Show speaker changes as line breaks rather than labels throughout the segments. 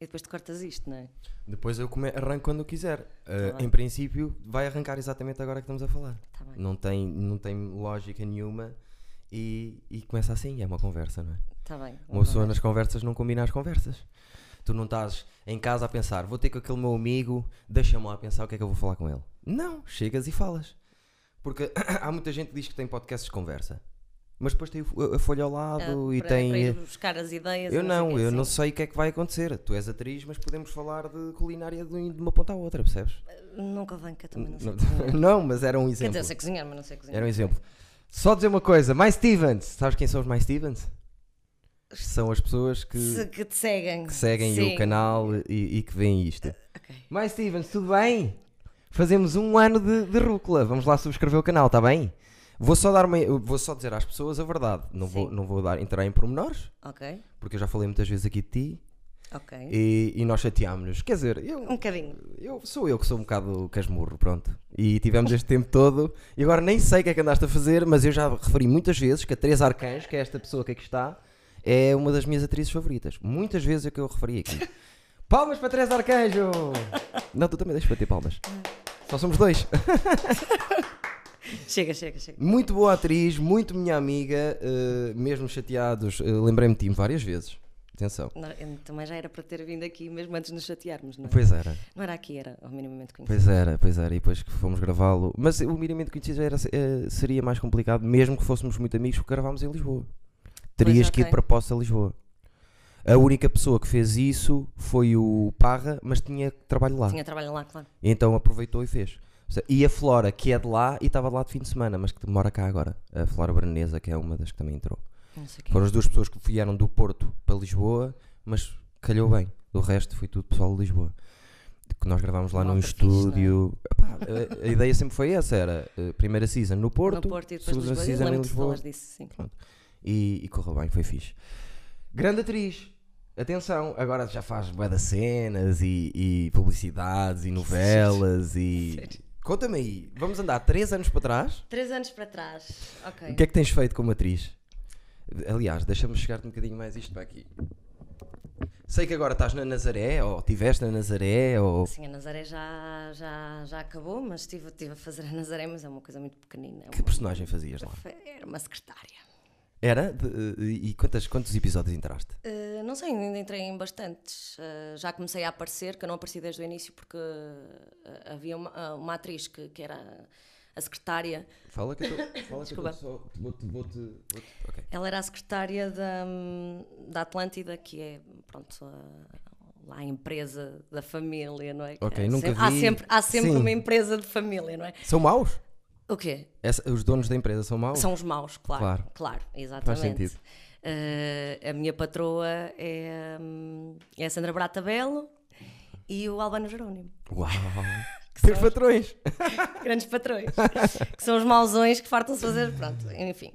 E depois tu cortas isto, não é?
Depois eu come- arranco quando eu quiser. Uh,
Tá bem.
em princípio, vai arrancar exatamente agora que estamos a falar.
Tá bem.
Não tem, não tem lógica nenhuma e, e começa assim, é uma conversa, não é?
Tá bem.
Uma pessoa nas conversas não combina as conversas. Tu não estás em casa a pensar, vou ter com aquele meu amigo, deixa-me lá pensar o que é que eu vou falar com ele. Não, chegas e falas. Porque há muita gente que diz que tem podcasts de conversa, mas depois tem o- a folha ao lado e
Ah, para,
tem.
para
eh,
ir buscar as ideias.
eu
e sei o
não,
quê,
eu
sim.
não sei o que é que vai acontecer. Tu és atriz, mas podemos falar de culinária de um- de uma ponta à outra, percebes?
Nunca vem que eu também não sei.
Não,
cozinhar.
não, mas era um
Quer
exemplo.
dizer, eu sei cozinhar, mas não sei cozinhar.
Era um exemplo. Só dizer uma coisa, mais Stevens, sabes quem são os mais Stevens? São as pessoas que,
Se- que te seguem.
que seguem
Sim. Eh,
o canal e, e que veem isto.
Ok.
Mais Stevens, tudo bem? Fazemos um ano de, de rúcula. Vamos lá subscrever o canal, está bem? Vou só, dar uma, eu vou só dizer às pessoas a verdade. Não vou,
Sim.
não vou dar, entrar em pormenores,
Ok.
porque eu já falei muitas vezes aqui de ti
Ok.
e, e nós chateámos-nos. Quer dizer, eu,
Um bocadinho.
eu sou eu que sou um bocado casmurro, pronto. E tivemos este tempo todo, e agora nem sei o que é que andaste a fazer, mas eu já referi muitas vezes que a Teresa Arcães, que é esta pessoa que aqui está, é uma das minhas atrizes favoritas. Muitas vezes é que eu referi aqui. Palmas para Teresa Arcanjo! Não, tu também deixas bater palmas. Só somos dois.
Chega, chega, chega.
Muito boa atriz, muito minha amiga, eh, mesmo chateados, eh, lembrei-me de ti várias vezes. Atenção.
Não, eu também já era para ter vindo aqui mesmo antes de nos chatearmos, não é?
Pois era.
Não era aqui, era ao minimamente conhecido.
Pois era, pois era, e depois que fomos gravá-lo. Mas o minimamente conhecido era, eh, seria mais complicado, mesmo que fôssemos muito amigos, porque gravámos em Lisboa. Terias
já
que ir de
tem.
propósito a Lisboa. A única pessoa que fez isso foi o Parra, mas tinha trabalho lá.
Tinha trabalho lá, claro.
Então aproveitou e fez. Ou seja, E a Flora, que é de lá e estava de lá de fim de semana, mas que mora cá agora. A Flora Baronesa, que é uma das que também entrou.
Não sei o quê.
Foram as duas pessoas que vieram do Porto para Lisboa, mas calhou bem. Do resto foi tudo pessoal de Lisboa. Que nós gravámos lá num
Malta fixe, não é?
estúdio. Epá, a, a ideia sempre foi essa: era eh, primeira season no Porto,
no Porto e depois
segunda
Lisboa. Eu
season em
lembro de
Lisboa.
falar disso, sim.
E, e correu bem, foi fixe. Grande atriz. Atenção, agora já faz bué de cenas e, e publicidades e novelas e. Conta-me aí, vamos andar três anos para trás?
Três anos para trás. Ok.
O que é que tens feito como atriz? Aliás, deixa-me chegar-te um bocadinho mais isto para aqui. Sei que agora estás na Nazaré, ou estiveste na Nazaré, ou.
Sim, a Nazaré já, já, já acabou, mas estive, estive a fazer a Nazaré, mas é uma coisa muito pequenina. é
Que personagem fazias lá?
uma- Era uma secretária.
Era? De- eh, e quantas, quantos episódios entraste?
Eh, não sei, ainda entrei em bastantes. Eh, já comecei a aparecer, que eu não apareci desde o início, porque eh, havia uma, ah, uma atriz que, que era a secretária.
Fala que eu tô- fala que eu
Desculpa.
tô só. Vou-te. Vou-te. vou-te- ok.
Ela era a secretária da, hum, da Atlântida, que é, pronto, a, lá a empresa da família, não é? Que
Ok,
é
nunca
sempre- há
vi.
sempre, há sempre
Sim.
uma empresa de família, não é?
São maus?
O quê?
Essa- os donos da empresa são maus?
São os maus, claro.
Claro.
Claro, exatamente.
sentido.
Eh, a minha patroa é, hum, é a Sandra Brata Belo e o Albano Jerónimo.
Uau! Teus patrões!
Grandes patrões. que são os mausões que fartam-se fazer. Pronto, enfim.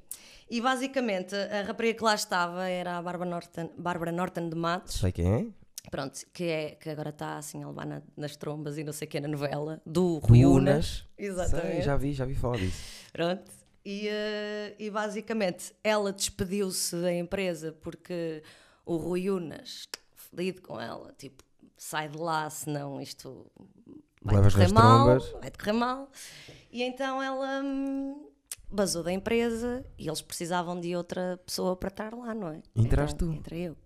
E basicamente a rapariga que lá estava era a Bárbara Norton, Bárbara Norton de Matos,
Sei quem é?
pronto, que, é, que agora está assim a levar na- nas trombas e não sei o que na novela, do Rui Unas. Exatamente.
Sei, já vi, já vi falar disso.
Pronto. E, eh, e basicamente ela despediu-se da empresa porque o Rui Unas, fodido com ela, tipo, sai de lá, senão isto vai
Levas
correr
nas
mal,
trombas.
vai correr mal. E então ela hum, basou da empresa e eles precisavam de outra pessoa para estar lá, não é?
Entraste tu.
Entrei eu.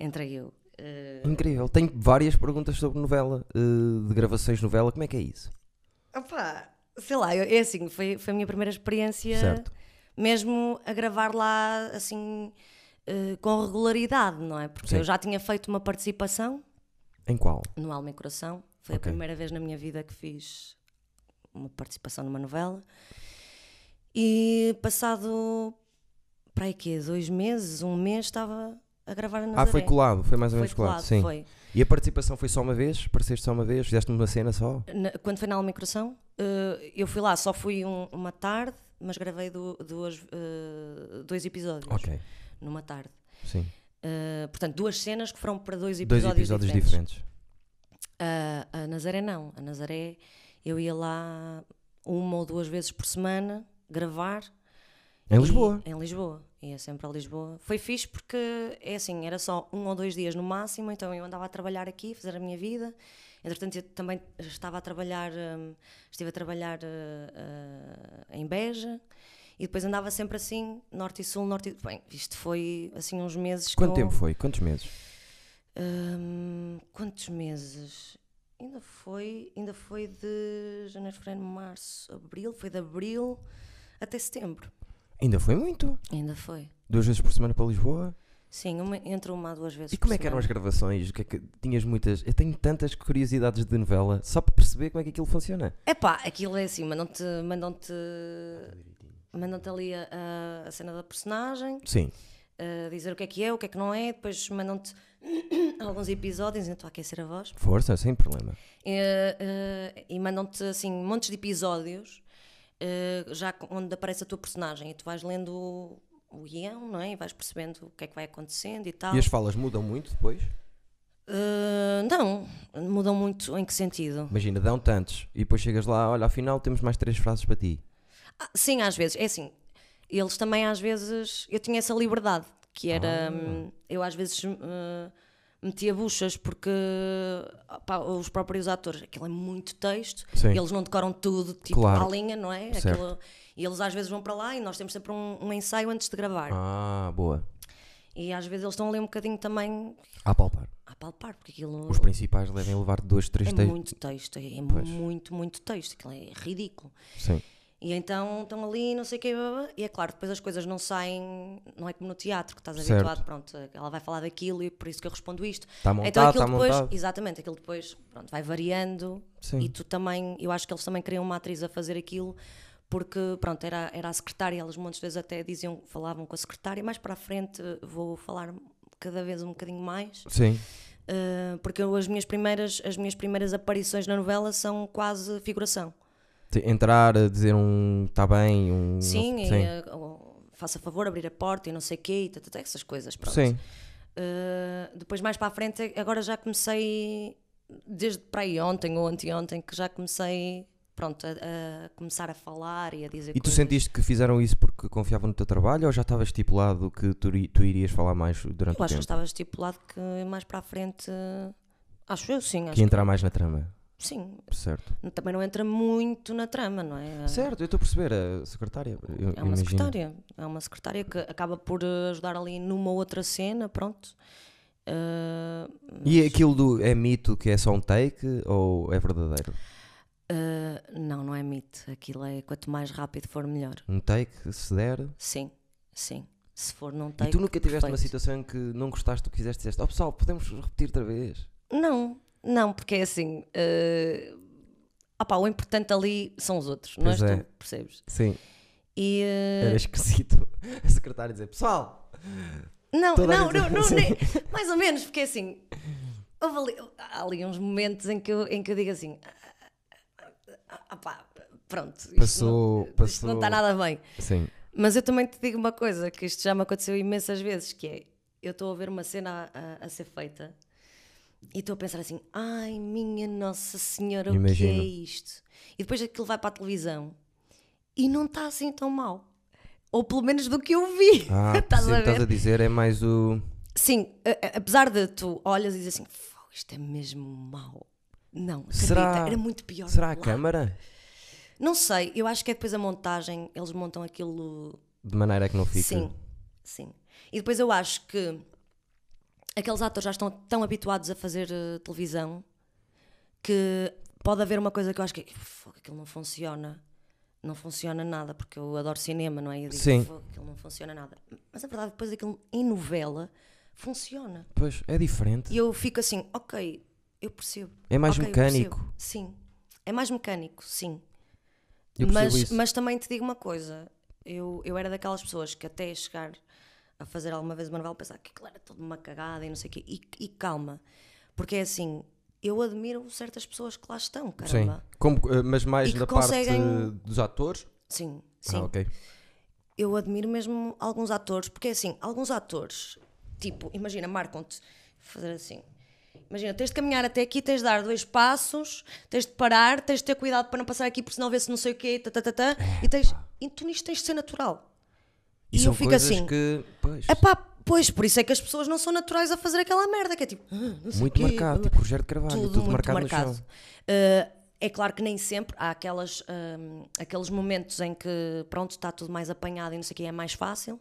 Entrei eu. Eh,
Incrível. Tenho várias perguntas sobre novela, eh, de gravações de novela. Como é que é isso?
Opá, sei lá, eu- é assim, foi, foi a minha primeira experiência
Certo.
mesmo a gravar lá assim eh, com regularidade, não é? Porque
Sim.
eu já tinha feito uma participação
Em qual?
no Alma e Coração, foi
Ok.
a primeira vez na minha vida que fiz uma participação numa novela e passado para aí quê? Dois meses, um mês, estava a gravar na
Ah, foi colado, foi mais ou menos colado, sim.
é. foi.
E a participação foi só uma vez? Apareceste só uma vez? Fizeste uma cena só?
Na- quando foi na Alma e Coração, eh, eu fui lá, só fui um- uma tarde, mas gravei du- duas, eh, dois episódios
Ok,
numa tarde.
sim.
Eh, portanto, duas cenas que foram para dois
Dois
episódios,
episódios
diferentes.
diferentes.
Ah, a Nazaré não. A Nazaré eu ia lá uma ou duas vezes por semana gravar
Em
E-
Lisboa.
Em Lisboa. Ia sempre a Lisboa. Foi fixe porque, é assim, era só um ou dois dias no máximo, então eu andava a trabalhar aqui, fazer a minha vida. Entretanto, eu também estava a trabalhar, hum, estive a trabalhar ah, ah, em Beja e depois andava sempre assim, norte e sul, norte e... Bem, isto foi assim uns meses...
Quanto
que eu-
tempo foi? Quantos meses?
Hum, quantos meses? Ainda foi, ainda foi de janeiro, fevereiro, março, abril, foi de abril até setembro.
Ainda foi muito.
Ainda foi.
Duas vezes por semana para Lisboa.
Sim, uma, entre uma a duas vezes.
E
por
como é que eram as
semana.
gravações? O que é que- tinhas muitas. Eu tenho tantas curiosidades de novela só para perceber como é que aquilo funciona.
Epá, aquilo é assim, mandam-te mandam-te mandam-te ali a, a- a cena da personagem,
Sim.
a dizer o que é que é, o que é que não é, depois mandam-te alguns episódios, ainda estou a aquecer a voz.
Força, sem problema.
Eh, eh, e mandam-te assim montes de episódios eh, já com- onde aparece a tua personagem e tu vais lendo o, o guião, não é? E vais percebendo o que é que vai acontecendo e tal.
E as falas mudam muito depois?
Eh, não, mudam muito em que sentido?
Imagina, dão tantos. E depois chegas lá, olha, afinal temos mais três frases para ti.
Ah, sim, às vezes. É assim, eles também às vezes. Eu tinha essa liberdade, que
Ah.
era. hum, Eu às vezes. eh, Metia buchas porque opá, os próprios atores, aquilo é muito texto,
Sim.
eles não decoram tudo, tipo
Claro.
à linha, não é?
Certo.
Aquilo- e eles às vezes vão para lá e nós temos sempre um, um ensaio antes de gravar.
Ah, boa.
E às vezes eles estão ali um bocadinho também
A palpar.
a palpar, porque aquilo
Os principais devem levar dois, três
é
textos.
muito texto, é muito, muito texto, aquilo é ridículo.
Sim.
E então estão ali, não sei o quê, blá, blá, blá. e é claro, depois as coisas não saem, não é como no teatro, que estás
Certo.
habituado, pronto, ela vai falar daquilo e por isso que eu respondo isto.
Está montado,
então aquilo
está
depois,
montado.
exatamente, aquilo depois, pronto, vai variando
Sim.
e tu também, eu acho que eles também queriam uma atriz a fazer aquilo porque, pronto, era, era a secretária, elas muitas vezes até diziam, falavam com a secretária, mais para a frente eh, vou falar cada vez um bocadinho mais.
Sim.
eh, porque eu, as minhas primeiras as minhas primeiras aparições na novela são quase figuração
Te- Entrar, a dizer um está bem, um. não-
Sim, e,
Sim.
eh, oh, faça favor, abrir a porta e não sei o quê, e tata, tata, essas coisas. Pronto. é
Sim.
Eh, depois, mais para a frente, é, agora já comecei, desde para aí ontem ou anteontem, que já comecei pronto, a, a começar a falar e a dizer
E tu
coisas.
sentiste que fizeram isso porque confiavam no teu trabalho ou já estava estipulado que tu, iri- tu irias falar mais durante
Eu
o
acho que
tempo?
estava estipulado que mais para a frente. eh, Acho eu sim, acho
Que ia entrar mais na trama,
que sim.
certo?
Também não entra muito na trama, não é?
Certo, eu estou a perceber, a secretária. eu
É uma
imagino.
secretária. É uma secretária que acaba por eh, ajudar ali numa outra cena, pronto. Eh,
E aquilo do é mito que é só um take ou é verdadeiro?
Ah, não, não é mito. Aquilo é quanto mais rápido for, melhor.
Um take, se der.
Sim, sim. Se for, não tem.
e tu nunca tiveste uma situação em que não gostaste do que fizeste e disseste, oh pessoal, podemos repetir outra vez?
Não, não, porque é assim. ah, opá, o importante ali são os outros, não
Pois
és
é.
tu, percebes?
Sim,
E, ah,
era esquisito a secretária dizer, pessoal,
não,
toda a
não,
gente-
não, não,
Sim.
nem- mais ou menos, porque é assim. Houve ali, há ali uns momentos em que eu, em que eu digo assim. ah, ah, ah, opá, pronto. isto não-
passou,
Isto
passou.
não está nada bem.
Sim,
Mas eu também te digo uma coisa, que isto já me aconteceu imensas vezes, que é, eu estou a ver uma cena a, a- a ser feita e estou a pensar assim, ai minha Nossa Senhora, o que
Imagino.
é isto? E depois aquilo vai para a televisão e não está assim tão mal. Ou pelo menos do que eu vi.
ah,
estás
percebo o
a
que estás
ver?
a dizer, é mais o...
Sim, a- a- apesar de tu olhas e dizes assim, "Fogo, isto é mesmo mau. Não, acredita,
Será-
era muito pior.
Será a
lá.
câmara?
Não sei, eu acho que é depois a montagem, eles montam aquilo
De maneira que não fica.
Sim, sim. E depois eu acho que aqueles atores já estão tão habituados a fazer eh, televisão que pode haver uma coisa que eu acho que "Fogo, aquilo não funciona. Não funciona nada, porque eu adoro cinema, não é? Eu digo,
Sim.
"Fogo, aquilo não funciona nada. Mas a verdade, depois aquilo em novela funciona.
Pois, é diferente.
E eu fico assim, ok, eu percebo.
É mais
Ok, eu
mecânico.
percebo." Sim. É mais mecânico, sim.
Eu percebo
Mas,
isso.
mas também te digo uma coisa: eu, eu era daquelas pessoas que até chegar a fazer alguma vez uma novela pensava que aquilo era tudo uma cagada e não sei o quê. E, e calma, porque é assim, eu admiro certas pessoas que lá estão,
Sim.
caramba.
Como, eh, mas mais
E que
da
conseguem-
parte dos atores?
Sim, sim.
Ah, ok.
Eu admiro mesmo alguns atores, porque é assim, alguns atores, tipo, imagina, marcam-te, vou fazer assim. Imagina, tens de caminhar até aqui, tens de dar dois passos, tens de parar, tens de ter cuidado para não passar aqui, porque senão vê-se não sei o quê, tá, tá, tá, tá, e tens. E tu nisto tens de ser natural.
É, E,
E
são
eu fico
coisas
assim,
que. Pois,
Epá, pois, por isso é que as pessoas não são naturais a fazer aquela merda, que é tipo, "Ah, não sei
muito
quê,
marcado, tipo Rogério de Carvalho, tudo,
tudo, muito
marcado,
marcado.
no chão.
Eh, é claro que nem sempre há aquelas, hum, aqueles momentos em que pronto, está tudo mais apanhado e não sei o que é mais fácil,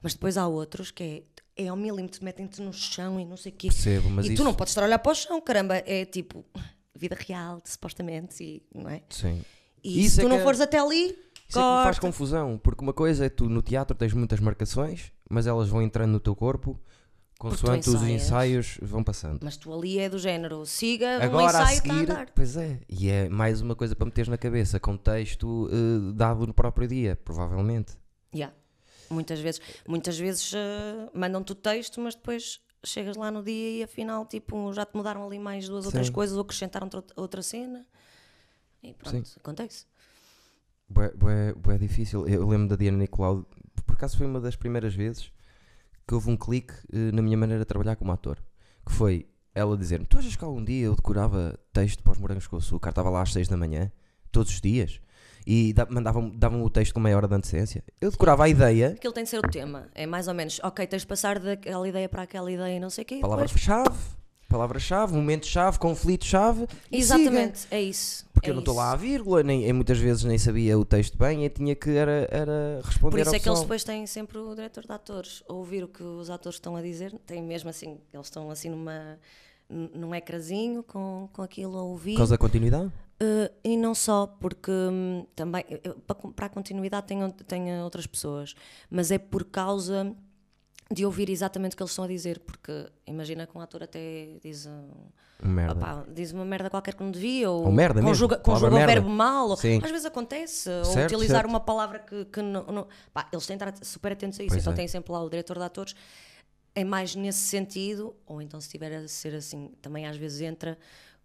mas depois há outros que é, é ao milímetro, metem-te no chão e não sei o quê.
Percebo, mas
e
isso-
tu não podes estar a olhar para o chão, caramba, é tipo vida real, supostamente, e, não é?
Sim.
E
Isso
se
é
tu não
que é-
fores até ali,
Isso é que me faz
corta.
confusão, porque uma coisa é tu no teatro tens muitas marcações, mas elas vão entrando no teu corpo,
tu
consoante os
ensaias.
ensaios vão passando.
Mas tu ali é do género, siga um
Agora a
ensaio
seguir,
está a dar.
pois é, e é mais uma coisa para meteres na cabeça, contexto eh, dado no próprio dia, provavelmente.
Yeah. Muitas vezes, muitas vezes eh, mandam-te o texto, mas depois chegas lá no dia e afinal tipo, já te mudaram ali mais duas ou três
Sim.
coisas ou acrescentaram outra, outra cena. E pronto, acontece.
Bué, bué, bué difícil. Eu lembro da Diana Nicolau, por acaso foi uma das primeiras vezes que houve um clique eh, na minha maneira de trabalhar como ator. Que foi ela dizer-me: Tu achas que algum dia eu decorava texto para os morangos com açúcar? Estava lá às 6 da manhã, todos os dias, e da- mandavam- davam o texto com meia hora de antecedência. Eu decorava a ideia,
Aquilo tem de ser o tema. É mais ou menos, ok, tens de passar daquela ideia para aquela ideia e não sei o quê. e depois-
palavra-chave, palavra-chave, momento-chave, conflito-chave. e siga.
Exatamente, é isso. é
Porque eu não estou
isso.
lá à vírgula, nem, e muitas vezes nem sabia o texto bem e tinha que era, era responder
Por isso
ao
é que eles
pessoal.
depois têm sempre o diretor de atores a ouvir o que os atores estão a dizer, têm mesmo assim, eles estão assim numa num num ecrazinho com, com aquilo a ouvir.
Por causa da continuidade?
Uh, e não só, porque hum, também eu- para, con- para a continuidade tem, ont- tem uh, outras pessoas, mas é por causa de ouvir exatamente o que eles estão a dizer, porque imagina que um ator até diz, uh,
Merda.
opá, diz uma merda qualquer que não devia, ou,
Ou merda mesmo,
conjuga,
palavra
conjuga o
merda.
verbo mal, ou-
Sim.
às vezes acontece, ou
Certo,
utilizar
certo.
uma palavra que, que não, não- pá, eles têm de estar super atentos a isso,
Pois
então
é.
têm sempre lá o diretor de atores. É mais nesse sentido, ou então se tiver a ser assim, também às vezes entra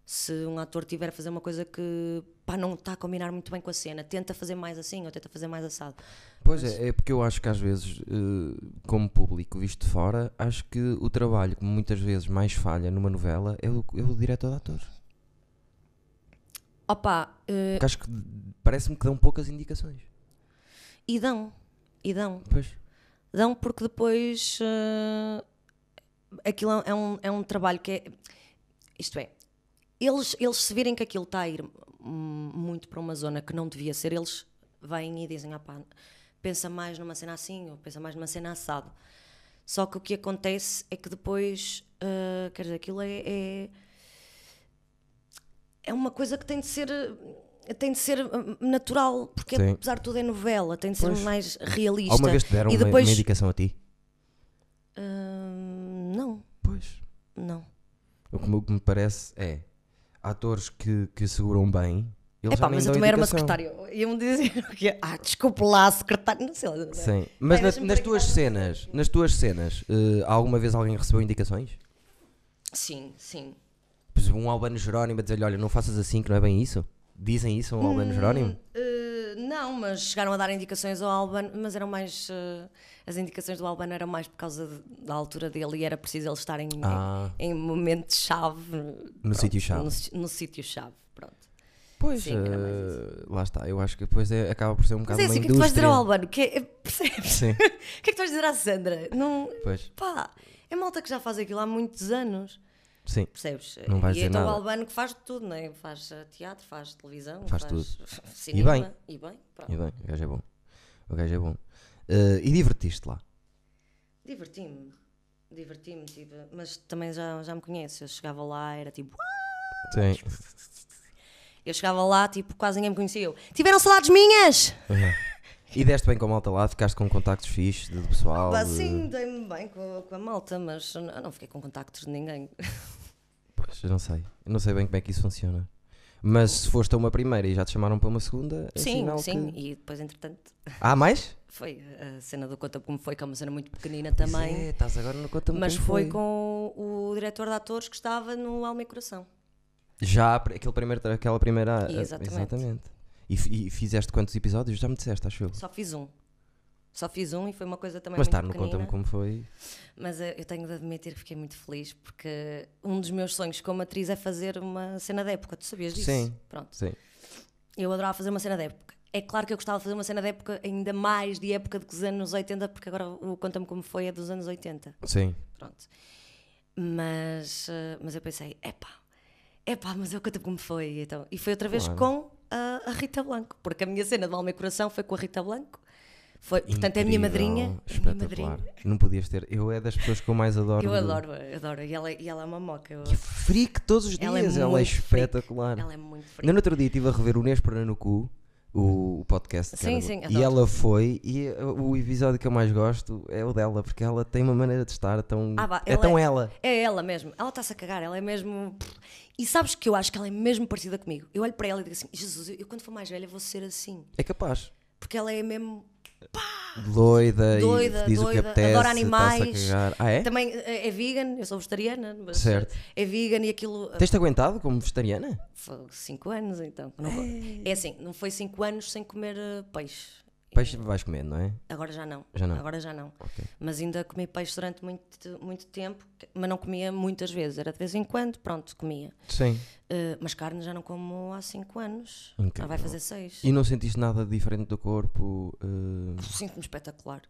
se um ator tiver a fazer uma coisa que pá, não está a combinar muito bem com a cena, tenta fazer mais assim ou tenta fazer mais assado.
Pois é, é porque eu acho que às vezes, eh, como público visto de fora, acho que o trabalho que muitas vezes mais falha numa novela é o, é o diretor de atores.
Opa, eh,
Porque acho que parece-me que dão poucas indicações.
e dão, e dão.
Pois.
Dão porque depois eh, aquilo é um, é um trabalho que é. Isto é, eles, eles se virem que aquilo está a ir hum, muito para uma zona que não devia ser, eles vêm e dizem: ah pá, pensa mais numa cena assim ou pensa mais numa cena assado. Só que o que acontece é que depois, eh, quer dizer, aquilo é, é. é uma coisa que tem de ser. eh, Tem de ser hum, natural, porque
Sim.
apesar de tudo é novela, tem de ser
Pois.
mais realista.
Alguma vez te deram
e
uma-
depois,
uma indicação a ti?
Hum, não,
Pois.
não.
O que, me- o que me parece é atores que, que seguram bem. Eles
Epá,
já nem
mas eu
dão
também era uma
indicação.
secretária. Iam-me dizer o quê? Ah, desculpe lá, secretária. Não sei. lá.
Sim. Mas
Ai,
na-
deixa-me
nas
ver
tuas
aqui.
cenas, nas tuas cenas, eh, alguma vez alguém recebeu indicações?
Sim, sim.
Por exemplo, um Albano Jerónimo a dizer-lhe, olha, não faças assim que não é bem isso? Dizem isso a um
Hum,
Albano Jerónimo?
Eh, não, mas chegaram a dar indicações ao Alban, mas eram mais. eh, as indicações do Alban eram mais por causa de- da altura dele e era preciso eles estarem em-
Ah.
em, momento-chave. pronto,
sítio-chave.
No, si- no sítio-chave, pronto.
Pois,
Sim, era mais
eh, lá está. Eu acho que depois é- acaba por ser um
Mas
bocado
é assim, o
uma
que é que tu vais dizer ao
indústria.
Albano? Que é- percebes?
Sim,
O que é que tu vais dizer à Sandra? Não,
pois.
pá, é malta que já faz aquilo há muitos anos.
Sim.
Percebes?
Não vais
e
dizer
então
nada.
o Albano que faz de tudo, não é? Faz eh, teatro, faz televisão,
Faz
cinema.
E bem.
E bem, pronto.
E bem, o gajo é bom. O gajo é bom. Eh, e divertiste lá.
Diverti-me. Diverti-me, tive... mas também já, já me conheces. Eu chegava lá, era tipo.
Sim.
Eu chegava lá, tipo, quase ninguém me conhecia. Eu, Tiveram saudades minhas!
é. E deste bem com a malta lá, ficaste com contactos fixes de pessoal.
Pá,
de-
sim, dei-me bem com, a- com a malta, mas eu não eu não fiquei com contactos de ninguém.
Pois, eu não sei. Eu não sei bem como é que isso funciona. Mas se foste a uma primeira e já te chamaram para uma segunda, é
sim,
sinal
sim.
que... Ah,
E depois, entretanto,
Há mais?
foi a cena do Conta Como Foi, que é uma cena muito pequenina também.
Pois é, estás agora no conta
Mas foi com o diretor de atores que estava no Alma e Coração.
Já pr- aquele primeiro, aquela primeira. eh,
Exatamente.
exatamente. E, fi- e fizeste quantos episódios? Já me disseste, acho eu.
Só fiz um. Só fiz um e foi uma coisa também
Mas tá,
muito
está, no
pequenina.
conta-me como foi.
Mas eh, eu tenho de admitir que fiquei muito feliz porque um dos meus sonhos como atriz é fazer uma cena de época. Tu sabias disso?
Sim.
Pronto.
Sim.
Eu adorava fazer uma cena de época. É claro que eu gostava de fazer uma cena da época, ainda mais de época dos anos 80, porque agora o Conta-me Como Foi é dos anos 80.
Sim.
Pronto. Mas, eh, mas eu pensei, epá, epá, mas é o Conta-me Como Foi. Então, e foi outra vez
Claro.
com a, a Rita Blanco, porque a minha cena de Alma e Coração foi com a Rita Blanco. Foi, portanto, é a minha
Incrível,
madrinha. é a minha
Espetacular.
madrinha.
Não podias ter. Eu é das pessoas que eu mais adoro.
Eu
de-
adoro, eu adoro. E ela, e ela é uma moca. eu-
Que freak todos os dias.
Ela
Ela
é
é,
muito freak.
espetacular.
ela é muito fria.
Ainda no outro dia estive a rever o Nespera no Cu, o, o podcast. que
Sim,
era-
sim,
E
adoro.
ela foi, e uh, o episódio que eu mais gosto é o dela, porque ela tem uma maneira de estar tão.
Ah, vá,
é
ela
tão
é-
ela.
É ela mesmo. Ela está-se a cagar, ela é mesmo. E sabes que eu acho que ela é mesmo parecida comigo. Eu olho para ela e digo assim: Jesus, eu, eu quando for mais velha vou ser assim.
É capaz.
Porque ela é mesmo.
Doida,
Doida,
e diz o
doida,
que apetece.
adora animais.
está-se a cagar. Ah, é?
Também eh, é vegan, eu sou vegetariana, mas
Certo.
é vegan e aquilo. eh,
Tens-te aguentado como vegetariana?
Foi 5 anos então. que não vou- é assim, não foi 5 anos sem comer eh, peixe.
Peixe vais comendo, não é?
Agora já não.
Já não.
Agora já não.
Ok.
Mas ainda comi peixe durante muito, muito tempo, que- mas não comia muitas vezes. Era de vez em quando, pronto, comia.
Sim.
Uh, mas carne já não como há 5 anos.
Incrível.
Já vai fazer 6.
E não sentiste nada diferente do corpo? uh,
Sinto-me espetacular.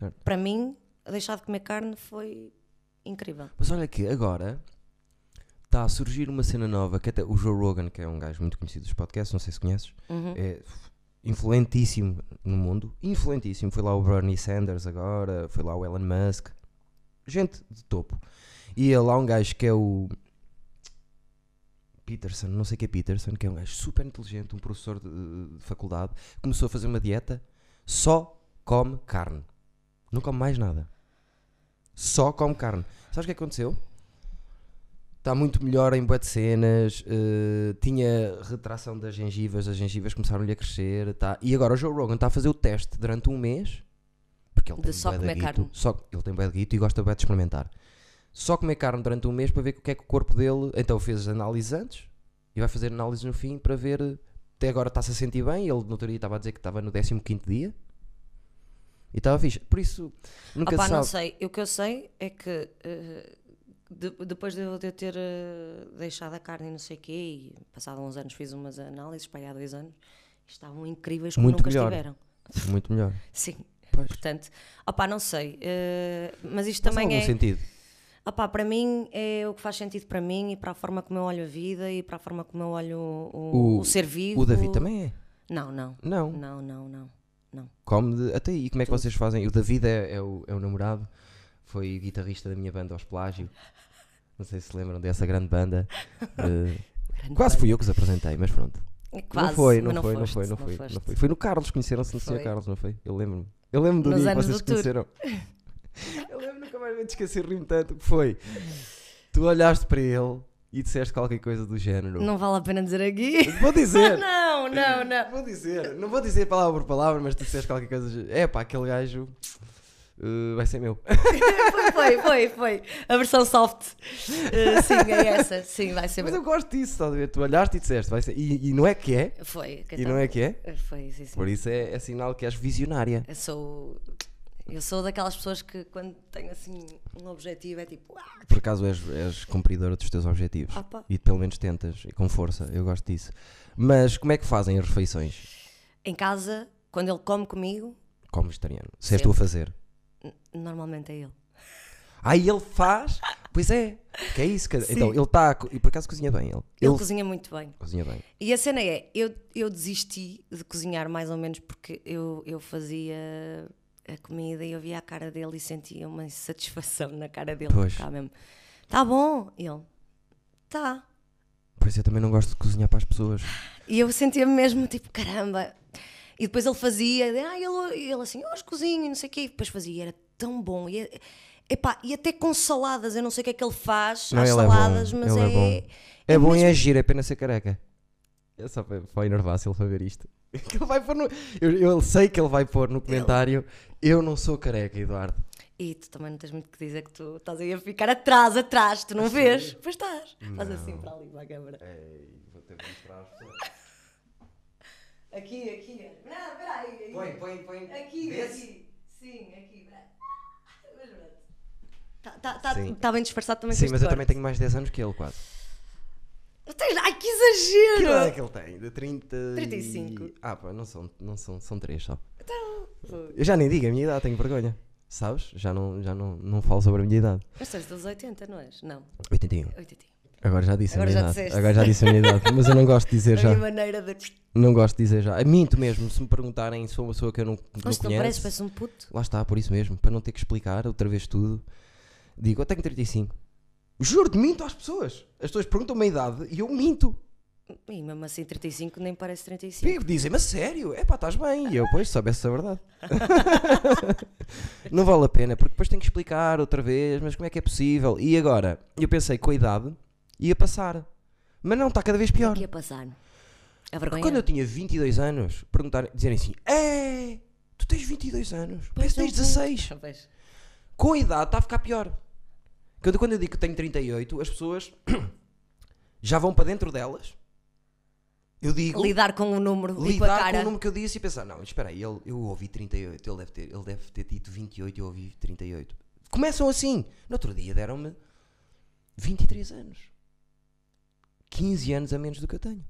Certo.
Para mim, deixar de comer carne foi incrível.
Mas olha que agora está a surgir uma cena nova que até o Joe Rogan, que é um gajo muito conhecido dos podcasts, não sei se conheces,
Uhum.
é influentíssimo no mundo, influentíssimo. Foi lá o Bernie Sanders agora, foi lá o Elon Musk, gente de topo. E há lá um gajo que é o Peterson, não sei que é Peterson, que é um gajo super inteligente, um professor de, de faculdade, começou a fazer uma dieta, só come carne. Não come mais nada. Só come carne. Sabes o que aconteceu? Está muito melhor em bué de cenas, eh, tinha retração das gengivas, as gengivas começaram-lhe a crescer, tá. e agora o Joe Rogan está a fazer o teste durante um mês, porque ele
De
tem
só
bué
comer
guito,
carne.
só- ele tem bué de guito e gosta bué de experimentar. Só comer carne durante um mês para ver o que é que o corpo dele, então fez as análises antes, e vai fazer análises no fim para ver, eh, até agora está-se a sentir bem, ele no outro dia estava a dizer que estava no 15º dia, e estava fixe, por isso, nunca
Opá,
se
não
sabe.
sei. O que eu sei é que uh, de- depois de eu de eu ter uh, deixado a carne e não sei o quê, e passado uns anos fiz umas análises, para aí há dois anos, estavam incríveis como
Muito
nunca
melhor.
estiveram.
É Muito melhor.
Sim.
Pois.
Portanto, opá, não sei. uh, mas isto
Faz
também
algum
é.
sentido.
Opá, para mim é o que faz sentido para mim e para a forma como eu olho a vida e para a forma como eu olho o, o,
O-
ser vivo.
O David também é.
Não, não.
Não.
Não, não, não. não.
Come de... Até aí, como é que vocês fazem? O David é, é o, é o namorado, foi guitarrista da minha banda aos plágio. Não sei se lembram dessa grande banda. Eh, quase fui eu que os apresentei, mas pronto.
Quase,
não foi, não,
mas
foi,
foste,
não foi, não foi, não
foste.
foi. Foi no Carlos, conheceram-se no Sr.
Foi.
Carlos, não foi? Eu lembro-me. Eu lembro do
Nos
dia que
anos
vocês se
do tour.
conheceram. Eu lembro, nunca mais me esqueci, ri-me tanto que foi. Tu olhaste para ele e disseste qualquer coisa do género.
Não vale a pena dizer aqui.
Vou dizer!
Ah, não, não, não.
Vou dizer, não vou dizer palavra por palavra, mas tu disseste qualquer coisa. É pá, aquele gajo uh, vai ser meu.
Foi, foi, foi, foi. A versão soft. Uh, sim, é essa. Sim, vai ser
Mas
bom.
eu gosto disso, estás a ver? Tu olhaste e disseste, vai ser. E, e não é que é,
Foi. que
e
tal?
não é que é.
Foi, sim, sim.
Por isso é, é sinal que és visionária.
Eu sou. Eu sou daquelas pessoas que quando tenho assim um objetivo é tipo. "Ah,
Por acaso és, és cumpridora dos teus objetivos.
Opa.
E pelo menos tentas, e com força, eu gosto disso. Mas como é que fazem as refeições?
Em casa, quando ele come comigo,
Como vegetariano? Se és tu a fazer.
normalmente é ele.
Aí ele faz? Pois é, que é isso. Que...
Sim.
Então ele está. E por acaso cozinha bem ele.
Ele,
Ele,
cozinha muito bem.
cozinha bem.
E a cena é, eu, eu desisti de cozinhar mais ou menos porque eu, eu fazia a comida e eu via a cara dele e sentia uma insatisfação na cara dele.
Pois.
Tá mesmo. Tá bom. E ele, tá.
Pois eu também não gosto de cozinhar para as pessoas.
E eu sentia-me mesmo tipo, caramba. E depois ele fazia, e, ah, ele, ele assim, hoje cozinho, e não sei o quê. E depois fazia, e era tão bom. E, é- epá, e até com saladas, eu não sei o que é que ele faz
Não,
às
ele é bom,
saladas, mas
ele é
é.
bom. É, bom e é giro, é pena ser careca. É só para, para enervar se ele for ver isto. Que ele vai pôr no- eu, eu sei que ele vai pôr no comentário: Eu não sou careca, Eduardo.
E tu também não tens muito que dizer que tu estás aí a ficar atrás, atrás, tu não vês? Pois estás. Faz assim para ali, para a câmara.
vou ter que mostrar as pessoas.
Aqui, aqui. Não, espera aí. aí.
põe, põe.
Aqui, aqui. Sim, aqui. espera. Mas pronto. Está tá, tá,
Sim.
tá bem disfarçado também com
Sim,
este
mas eu
corte.
também tenho mais 10 anos que ele, quase.
Não tens- Ai, que exagero!
Que idade é que ele tem? De 30 e-
35.
Ah, pá, não são, não são, são 3 só.
Então,
Eu já nem digo a minha idade, tenho vergonha. Sabes? Já não, já não, não falo sobre a minha idade.
Mas tens dos 80, não és? Não,
81.
81.
Agora já disse
Agora
a minha
já
idade.
disseste.
Agora já disse a minha idade. Mas eu não gosto de dizer
A minha
já.
maneira de.
Não gosto de dizer já. Minto mesmo. Se me perguntarem, sou uma pessoa que eu não, que não
Mas tu não pareces,
conheço.
parece um puto.
Lá está, por isso mesmo. Para não ter que explicar outra vez tudo. Digo, eu tenho 35. Juro-te, minto às pessoas. As pessoas perguntam-me a idade e eu minto.
E mesmo assim, 35 nem parece 35.
Pico, dizem-me a sério, é pá, estás bem. E eu, pois, se soubesse a verdade. não vale a pena, porque depois tenho que explicar outra vez, mas como é que é possível? E agora, eu pensei, com a idade, ia passar. Mas não, está cada vez
O
pior.
que ia passar? A vergonha?
Quando eu tinha 22 anos, perguntar, dizerem assim, é, tu tens 22 anos, parece que tens 16.
é Pois.
Com a idade está a ficar pior. Quando, quando eu digo que tenho 38, as pessoas já vão para dentro delas. Eu digo
Lidar com o número e com Tipo a
lidar
cara.
com o número que eu disse e pensar, não, espera aí, ele, eu ouvi 38, ele deve, ter, ele deve ter dito 28 e eu ouvi 38. Começam assim. No outro dia deram-me 23 anos. 15 anos a menos do que eu tenho.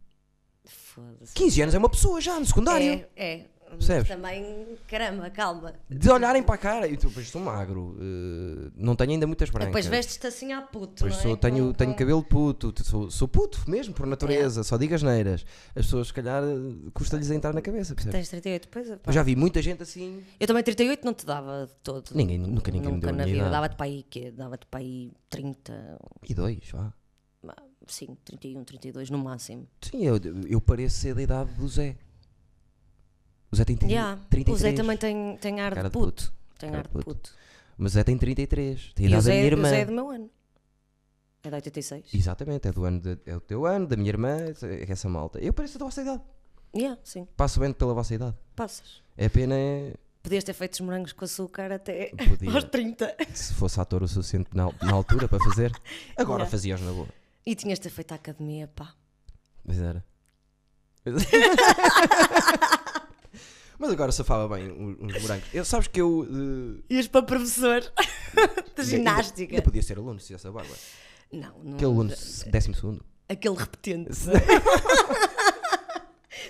Foda-se.
15 anos é uma pessoa já, no secundário.
É, é. Mas
Percebes?
Também, caramba, calma.
De olharem para a cara, e tu, pois sou magro, eh, não tenho ainda muitas brancas.
Depois vestes-te assim à puto.
Pois
não é?
sou, tenho,
Com-
tenho
com-
cabelo puto, t- sou, sou puto mesmo, por natureza, só digo as neiras. As pessoas, se calhar, eh, custa-lhes a entrar na cabeça, percebes?
Tens 38, pois é. pá.
Eu já vi muita gente assim,
Eu também 38 não te dava de todo.
Ninguém- nunca ninguém me deu a
na
minha
vida.
idade.
Dava-te para aí quê? Dava-te para aí 30,
e dois, vá.
sim, 31, 32 no máximo.
Sim, eu, eu pareço ser da idade do Zé. O Zé tem 30,
Yeah.
33.
O Zé também tem, tem ar
Cara
de
de
puto. Tem
Cara
ar de
de
puto.
puto. Mas o Zé tem 33. Tem
E
a
o
idade
Zé,
da minha
o
irmã.
Zé é do meu ano. É de 86.
Exatamente, é, do ano de- é o teu ano, da minha irmã, é essa malta. Eu pareço da vossa idade.
Yeah, sim,
Passo bem pela vossa idade.
passas.
É pena é,
Podias ter feito os morangos com açúcar até
Podia.
aos 30.
se fosse ator o suficiente na, na altura para fazer. Agora
Yeah.
fazias na boa.
E tinhas ter feito a academia, pá.
Mas era. Mas agora safava bem uns uns morangos. Eu, sabes que eu. eh,
Ias para professor de
ainda- ainda-
ginástica.
é, Ainda podia ser aluno se tivesse a barba.
Não, não.
Aquele aluno, se- décimo segundo.
Aquele repetente.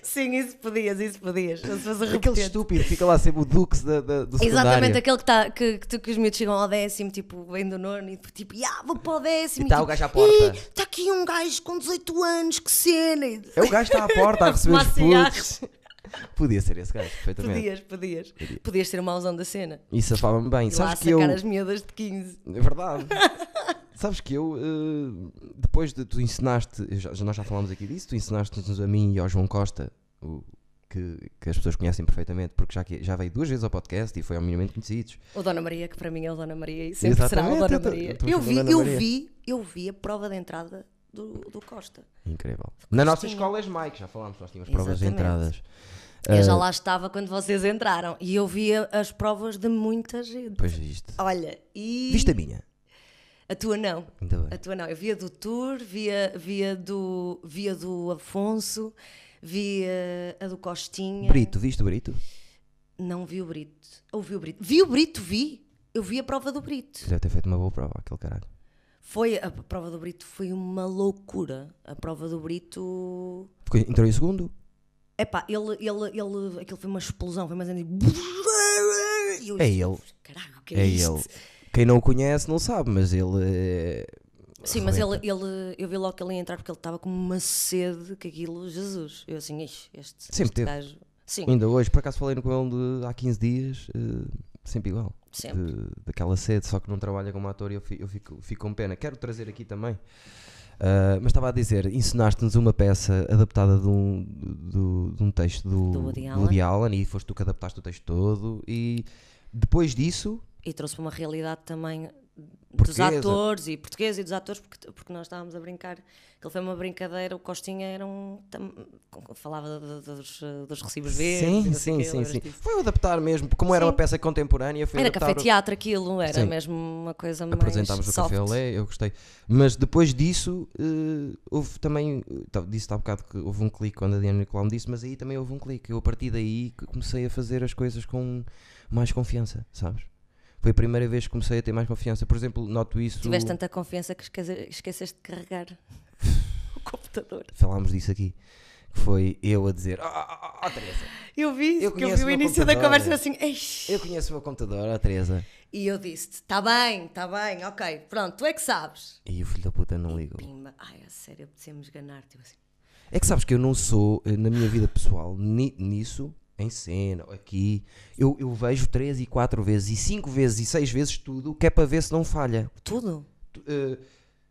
Sim, isso podias, isso podias. Se fosse
Aquele
repetente.
estúpido que fica lá sempre o Dux da, da, do secundário.
Exatamente, aquele que, tá, que, que, tu- que os miúdos chegam ao décimo, tipo, vem do nono e tipo, ah, vou para o décimo.
E tá o gajo à porta.
Está aqui um gajo com 18 anos, que cena. E-
É o gajo que está à porta a receber os
Fumar
putos. Podia ser esse gajo, perfeitamente.
Podias, podias. Podias ser o mauzão da cena.
E safava-me bem.
E lá
Sabes que eu.
sacar as miúdas de 15.
É verdade. Sabes que eu, eh, depois de tu ensinaste, eu já- nós já falámos aqui disso, tu ensinaste-nos a mim e ao João Costa, o- que, que as pessoas conhecem perfeitamente, porque já, que- já veio duas vezes ao podcast e foi ao Minimamente Conhecidos.
O Dona Maria, que para mim é o Dona Maria e sempre será
Exatamente,
o
eu tô-
Dona Maria.
eu tô
Eu,
a
vi,
falar da
eu
Maria.
vi, eu vi a prova de entrada do, do Costa.
Incrível. Na nossa
Sim.
escola és Mike, já falámos, nós tínhamos provas de
Exatamente.
entradas. Eh,
Eu já lá estava quando vocês entraram e eu via as provas de muita gente.
Depois viste.
Olha, e
é Viste a minha?
a tua não.
Ainda bem.
A tua não. Eu via do Tour, via, via, do, via do Afonso, via a do Costinha.
Brito, viste o Brito?
Não vi o Brito. Ouvi o Brito. Vi o Brito, vi. Eu vi a prova do Brito.
Deve ter feito uma boa prova, aquele caralho.
Foi, a prova do Brito foi uma loucura. A prova do Brito.
Ficou- entrou em segundo?
Epá, ele, ele, ele. Aquilo foi uma explosão, foi mais ainda. E eu-
É ele.
Caralho, o que é,
É
isto?
ele. Quem não o conhece não sabe, mas ele é.
Sim, mas ele, ele, eu vi logo que ele ia entrar porque ele estava com uma sede que aquilo, Jesus. Eu assim, "Ixi, este,
Sempre
este
teve.
gajo. Sim,
Ainda hoje, por acaso falei com ele de- há 15 dias, eh, sempre igual.
sempre.
de- daquela sede, só que não trabalha como ator e eu fi- eu fico, fico com pena. Quero trazer aqui também. Ah, mas estava a dizer, ensinaste-nos uma peça adaptada de um, do- de um texto do,
Do Woody
Allen e foste tu que adaptaste o texto todo e depois disso,
E trouxe para uma realidade também dos
Portuguesa.
atores e portugueses e dos atores, porque, porque nós estávamos a brincar. Aquilo foi uma brincadeira, o Costinha era um. tam- com- falava de- de- dos, eh, dos recibos verdes. e
sim,
não sei
sim,
quê,
sim, sim.
lembras-te disso?
Foi o adaptar mesmo, como era
Sim.
uma peça contemporânea, foi
Era
adaptar o-
café-teatro aquilo, era
Sim.
mesmo uma coisa mais.
apresentámos o
soft.
Café Olé, eu gostei. Mas depois disso, eh, houve também, eh, tá- disse-te há bocado que houve um clique quando a Diana Nicolau me disse, mas aí também houve um clique. Eu a partir daí que comecei a fazer as coisas com mais confiança, sabes? Foi a primeira vez que comecei a ter mais confiança. Por exemplo, noto isso.
Tiveste tanta confiança que esquece- esqueceste de carregar. computador.
Falámos disso aqui. que Foi eu a dizer: Ah, ah, ah, ah, Teresa,
Eu vi,
Eu
isso, que eu
conheço
vi o
o meu
início da
computador. é.
conversa e eu assim, "Eish."
eu conheço o meu computador, ah, Teresa.
e eu disse-te, está bem, está bem, ok, pronto, tu é que sabes.
E o filho da puta não ligou.
Pimba, ai, a sério, apetecemos ganar-te. Eu assim,
É que sabes que eu não sou, eh, na minha vida pessoal, ni- nisso, em cena, aqui, eu, eu vejo três e quatro vezes, e cinco vezes, e seis vezes tudo, que é para ver se não falha.
tudo?
Tu- eh,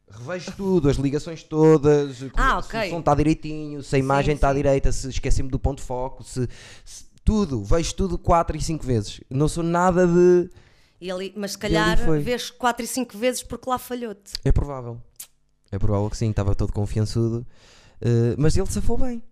revejo tudo, as ligações todas, eh,
Ah,
se
ok.
o som está direitinho, se a imagem está à direita, se esqueci-me do ponto de foco, se, se- tudo, vejo tudo quatro e cinco vezes. Não sou nada de.
E ali, mas se
ali
calhar
foi.
vês 4 e 5 vezes porque lá falhou-te.
É provável. É provável que sim, estava todo confiançudo. eh, mas ele safou bem.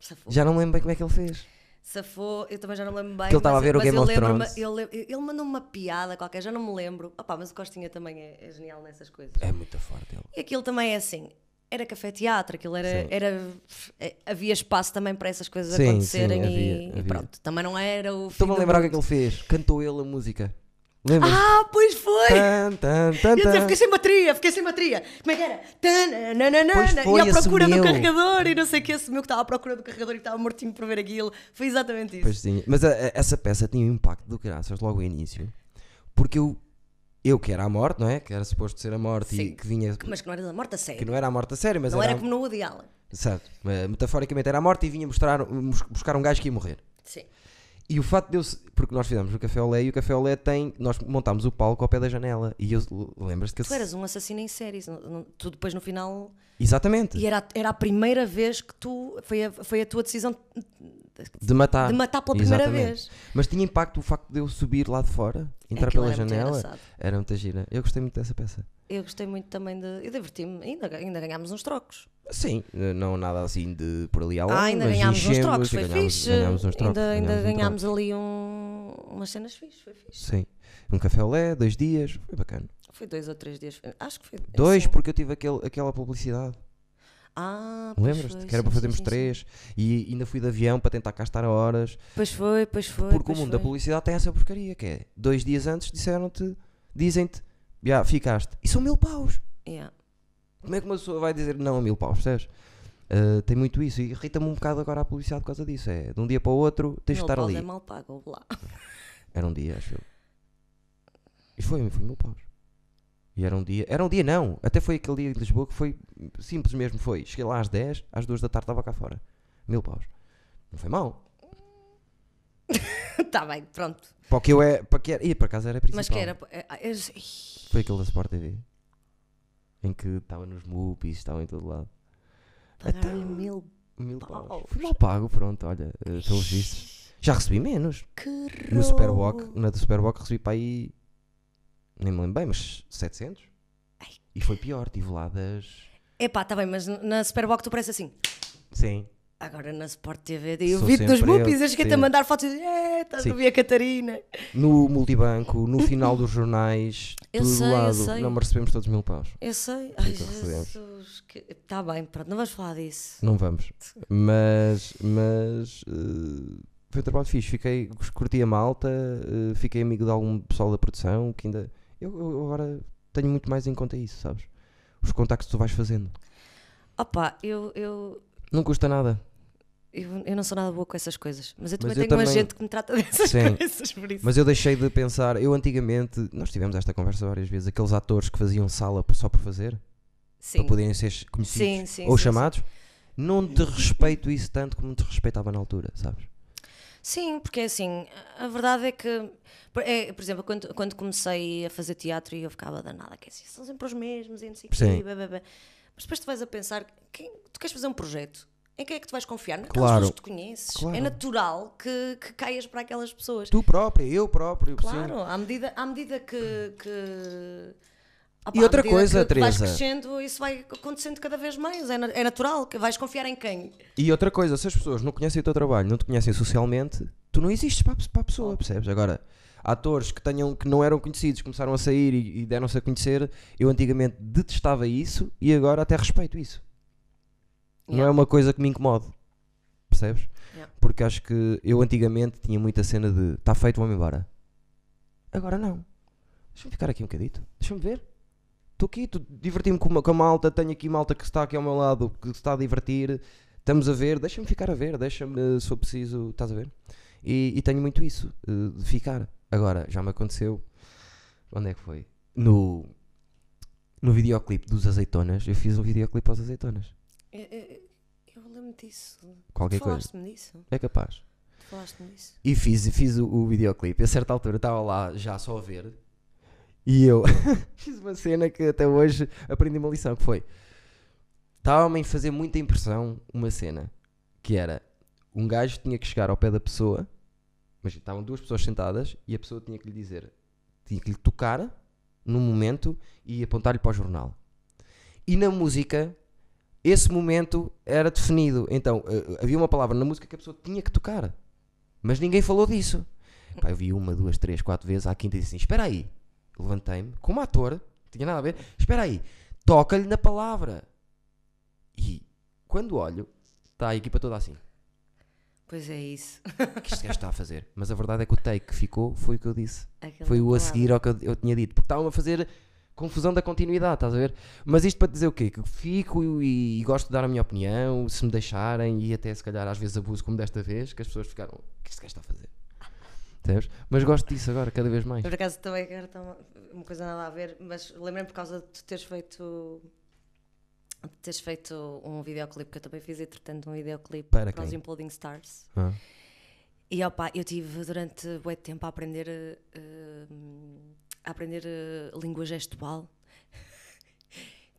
Safou.
Já não me lembro bem como é que ele fez.
Safou, eu também já não lembro bem.
Porque ele estava
mas-
a ver o
mas
Game
eu
of
lembro-me-
Thrones.
eu lem- Ele mandou-me uma piada qualquer, já não me lembro. Opa, mas o Costinha também é, é genial nessas coisas.
É muito forte ele.
E aquilo também é assim. Era café-teatro, aquilo era,
Sim.
era. eh, Havia espaço também para essas coisas
Sim,
acontecerem
sim,
e,
havia,
e
havia.
pronto. Também não era o. fim
Estou-me a
do
lembrar o que é que
mundo.
ele fez. Cantou ele a música. Lembras?
Ah, pois foi!
Tan, tan, tan,
Eu até
tan.
fiquei assim. sem bateria, fiquei sem bateria. Como é que era? Tananana,
Pois
e
foi,
à procura
assumiu.
do carregador e não sei o que assumiu que estava à procura do carregador e que estava mortinho por ver aquilo. Foi exatamente isso.
Pois tinha. Mas a- a- essa peça tinha um impacto do graças logo ao início. Porque eu, eu que era a morte, não é? Que era suposto ser a morte e
Sim.
que vinha.
Mas que não era da morte a
Que
sério.
não era a morte a sério, mas
Não
era.
era como no Woody Allen.
Certo. Eh, Metaforicamente era a morte e vinha mostrar, mus- buscar um gajo que ia morrer.
Sim.
E o facto de eu. se- Porque nós fizemos o Café Olé e o Café Olé tem. Nós montámos o palco ao pé da janela. E eu. Lembras-te que eu.
Tu eras um assassino em série. isso não- não- Tu depois no final.
Exatamente.
E era, era a primeira vez que tu. Foi a, foi a tua decisão
De matar.
de matar pela primeira
Exatamente.
vez.
Mas tinha impacto o facto de eu subir lá de fora, entrar
Aquilo
pela
era muito
janela.
engraçado.
era muita gira. Eu gostei muito dessa peça.
Eu gostei muito também de. Eu diverti-me. Ainda, ainda ganhámos uns trocos.
Sim, não nada assim de por ali além.
Ah, ainda
mas
ganhámos uns
enchemos
trocos,
e
foi
ganhámos,
fixe.
Ganhámos uns trocos.
ainda ainda
um troco.
ganhámos ali um, umas cenas fixe, foi fixe.
Sim. Um café olé, dois dias, foi bacana.
Foi dois ou três dias. Acho que foi. assim.
Dois,
sim.
porque eu tive aquele, aquela publicidade.
Ah, pois
Lembras-te?
foi,
Que era
sim,
para
sim,
fazermos
sim, sim.
três. E ainda fui de avião para tentar cá estar a horas.
Pois foi, pois foi.
porque o
pois
mundo da
foi.
publicidade tem essa porcaria, que é dois dias antes disseram-te, dizem-te, já ficaste. E são mil paus.
Yeah.
Como é que uma pessoa vai dizer não a mil paus, percebes? Ah, tem muito isso e irrita-me um bocado agora a publicidade por causa disso. É de um dia para o outro tens de
Meu
estar
balde
ali.
é mal pago, ouve lá.
Era um dia, acho eu. E foi, foi mil paus. E era um dia, era um dia não, até foi aquele dia de Lisboa que foi simples mesmo. Foi cheguei lá às 10, às 2 da tarde estava cá fora. Mil paus. Não foi mal.
Está Tá bem, pronto.
Para o que eu é, para que era, e para casa era a principal.
Mas que era. é- é- é-
Foi aquele da Sport TV em que estava nos Moopies, estava em todo lado.
Pagaram-lhe mil
Então, Mil paus.
Paus.
Foi mal pago, pronto, olha, eh, pelos vistos. Já recebi menos.
Que
No Superwalk,
roubo.
na do Superwalk recebi para aí. Nem me lembro bem, mas 700. E foi pior, tive lá das.
Epá, está bem, mas na Superbox tu parece assim.
Sim.
Agora na Sport TV, eu
Sou
vi-te nos
sempre eu,
boopies, eu cheguei-te a
sim.
mandar fotos e é, estás
Sim.
a ouvir a Catarina.
No multibanco, no final dos jornais,
Eu
tudo
sei, eu
lado.
sei.
Não me recebemos todos mil paus.
Eu sei. Ai,
Nunca recebemos.
Jesus. Está bem, pronto, não vamos falar disso.
Não vamos. Mas. Mas. eh, foi um trabalho fixe. Fiquei, curti a malta, eh, fiquei amigo de algum pessoal da produção que ainda. Eu, eu agora tenho muito mais em conta isso, sabes? Os contactos que tu vais fazendo.
Opa, eu, eu,
Não custa nada.
eu, eu não sou nada boa com essas coisas, mas eu também
Mas eu
tenho um
também-
agente que me trata dessas
Sim.
coisas, por isso.
Mas eu deixei de pensar, eu antigamente, nós tivemos esta conversa várias vezes, aqueles atores que faziam sala por- só por fazer,
Sim,
para poderem ser conhecidos
Sim, sim,
ou
sim,
chamados, não te respeito isso tanto como te respeitava na altura, sabes?
Sim, porque é assim, a verdade é que, por, é, por exemplo, quando, quando comecei a fazer teatro e eu ficava danada, que é assim, são sempre os mesmos e não sei o quê,
Sim.
e blá, blá, blá. mas depois tu vais a pensar, quem, tu queres fazer um projeto, em quem é que tu vais confiar? Naquelas
Claro.
pessoas que tu conheces, é
Claro.
natural que, que caias para aquelas pessoas.
Tu próprio, eu próprio, sim.
Claro, à medida, à medida que. que- Ah pá,
E
à
outra
medida
coisa,
que tu vais
Teresa.
crescendo, isso vai acontecendo cada vez mais. É, na- é natural que vais confiar em quem?
E outra coisa, se as pessoas não conhecem o teu trabalho, não te conhecem socialmente, tu não existes para a, pe- para a pessoa, percebes? Agora, atores que, tenham, que não eram conhecidos, começaram a sair e, e deram-se a conhecer, eu antigamente detestava isso e agora até respeito isso. Não é
Yeah.
uma coisa que me incomode, percebes?
Yeah.
Porque acho que eu antigamente tinha muita cena de "Tá está feito, vou-me embora. Agora não. Deixa-me ficar aqui um bocadito, deixa-me ver. Estou aqui, tô- diverti-me com, uma- com a malta, tenho aqui malta que está aqui ao meu lado, que se está a divertir, estamos a ver, deixa-me ficar a ver, deixa-me, se for preciso, estás a ver? E, e tenho muito isso, eh, de ficar. Agora, já me aconteceu, onde é que foi? No, no videoclipe dos Azeitonas, eu fiz um videoclipe aos Azeitonas,
Eu, eu, eu lembro disso.
qualquer
Tu
coisa,
Falaste-me disso.
é capaz.
Tu Falaste-me disso.
E fiz, e fiz o, o videoclipe. A certa altura estava lá já só a ver. E eu fiz uma cena que até hoje aprendi uma lição, que foi... Estava-me a fazer muita impressão uma cena, que era... Um gajo tinha que chegar ao pé da pessoa, mas estavam duas pessoas sentadas, e a pessoa tinha que lhe dizer... Tinha que lhe tocar, num momento, e apontar-lhe para o jornal. E na música, esse momento era definido. Então, eh, havia uma palavra na música que a pessoa tinha que tocar. Mas ninguém falou disso. Pá, eu vi uma, duas, três, quatro vezes. À quinta disse assim: Espera aí. Levantei-me, como ator, não tinha nada a ver. Espera aí, toca-lhe na palavra. E quando olho, está a equipa toda assim:
Pois é isso.
O que este gajo está a fazer? Mas a verdade é que o take que ficou foi o que eu disse.
Aquela
Foi o a
palavra.
seguir ao que eu, eu tinha dito. Porque estavam a fazer confusão da continuidade, estás a ver? Mas isto para dizer o quê? Que fico e, e gosto de dar a minha opinião, se me deixarem, e até se calhar às vezes abuso, como desta vez, que as pessoas ficaram, o que este gajo está a fazer? Entendes? Mas gosto disso agora, cada vez mais.
Por acaso também quero ter uma, uma coisa nada a ver, mas lembrei-me por causa de tu teres feito. de teres feito um videoclipe que eu também fiz, entretanto, um videoclipe
Para
os
quem?
Imploding Stars.
Ah.
E opa, eu tive durante bué de tempo a aprender eh, eh, a aprender eh, língua gestual.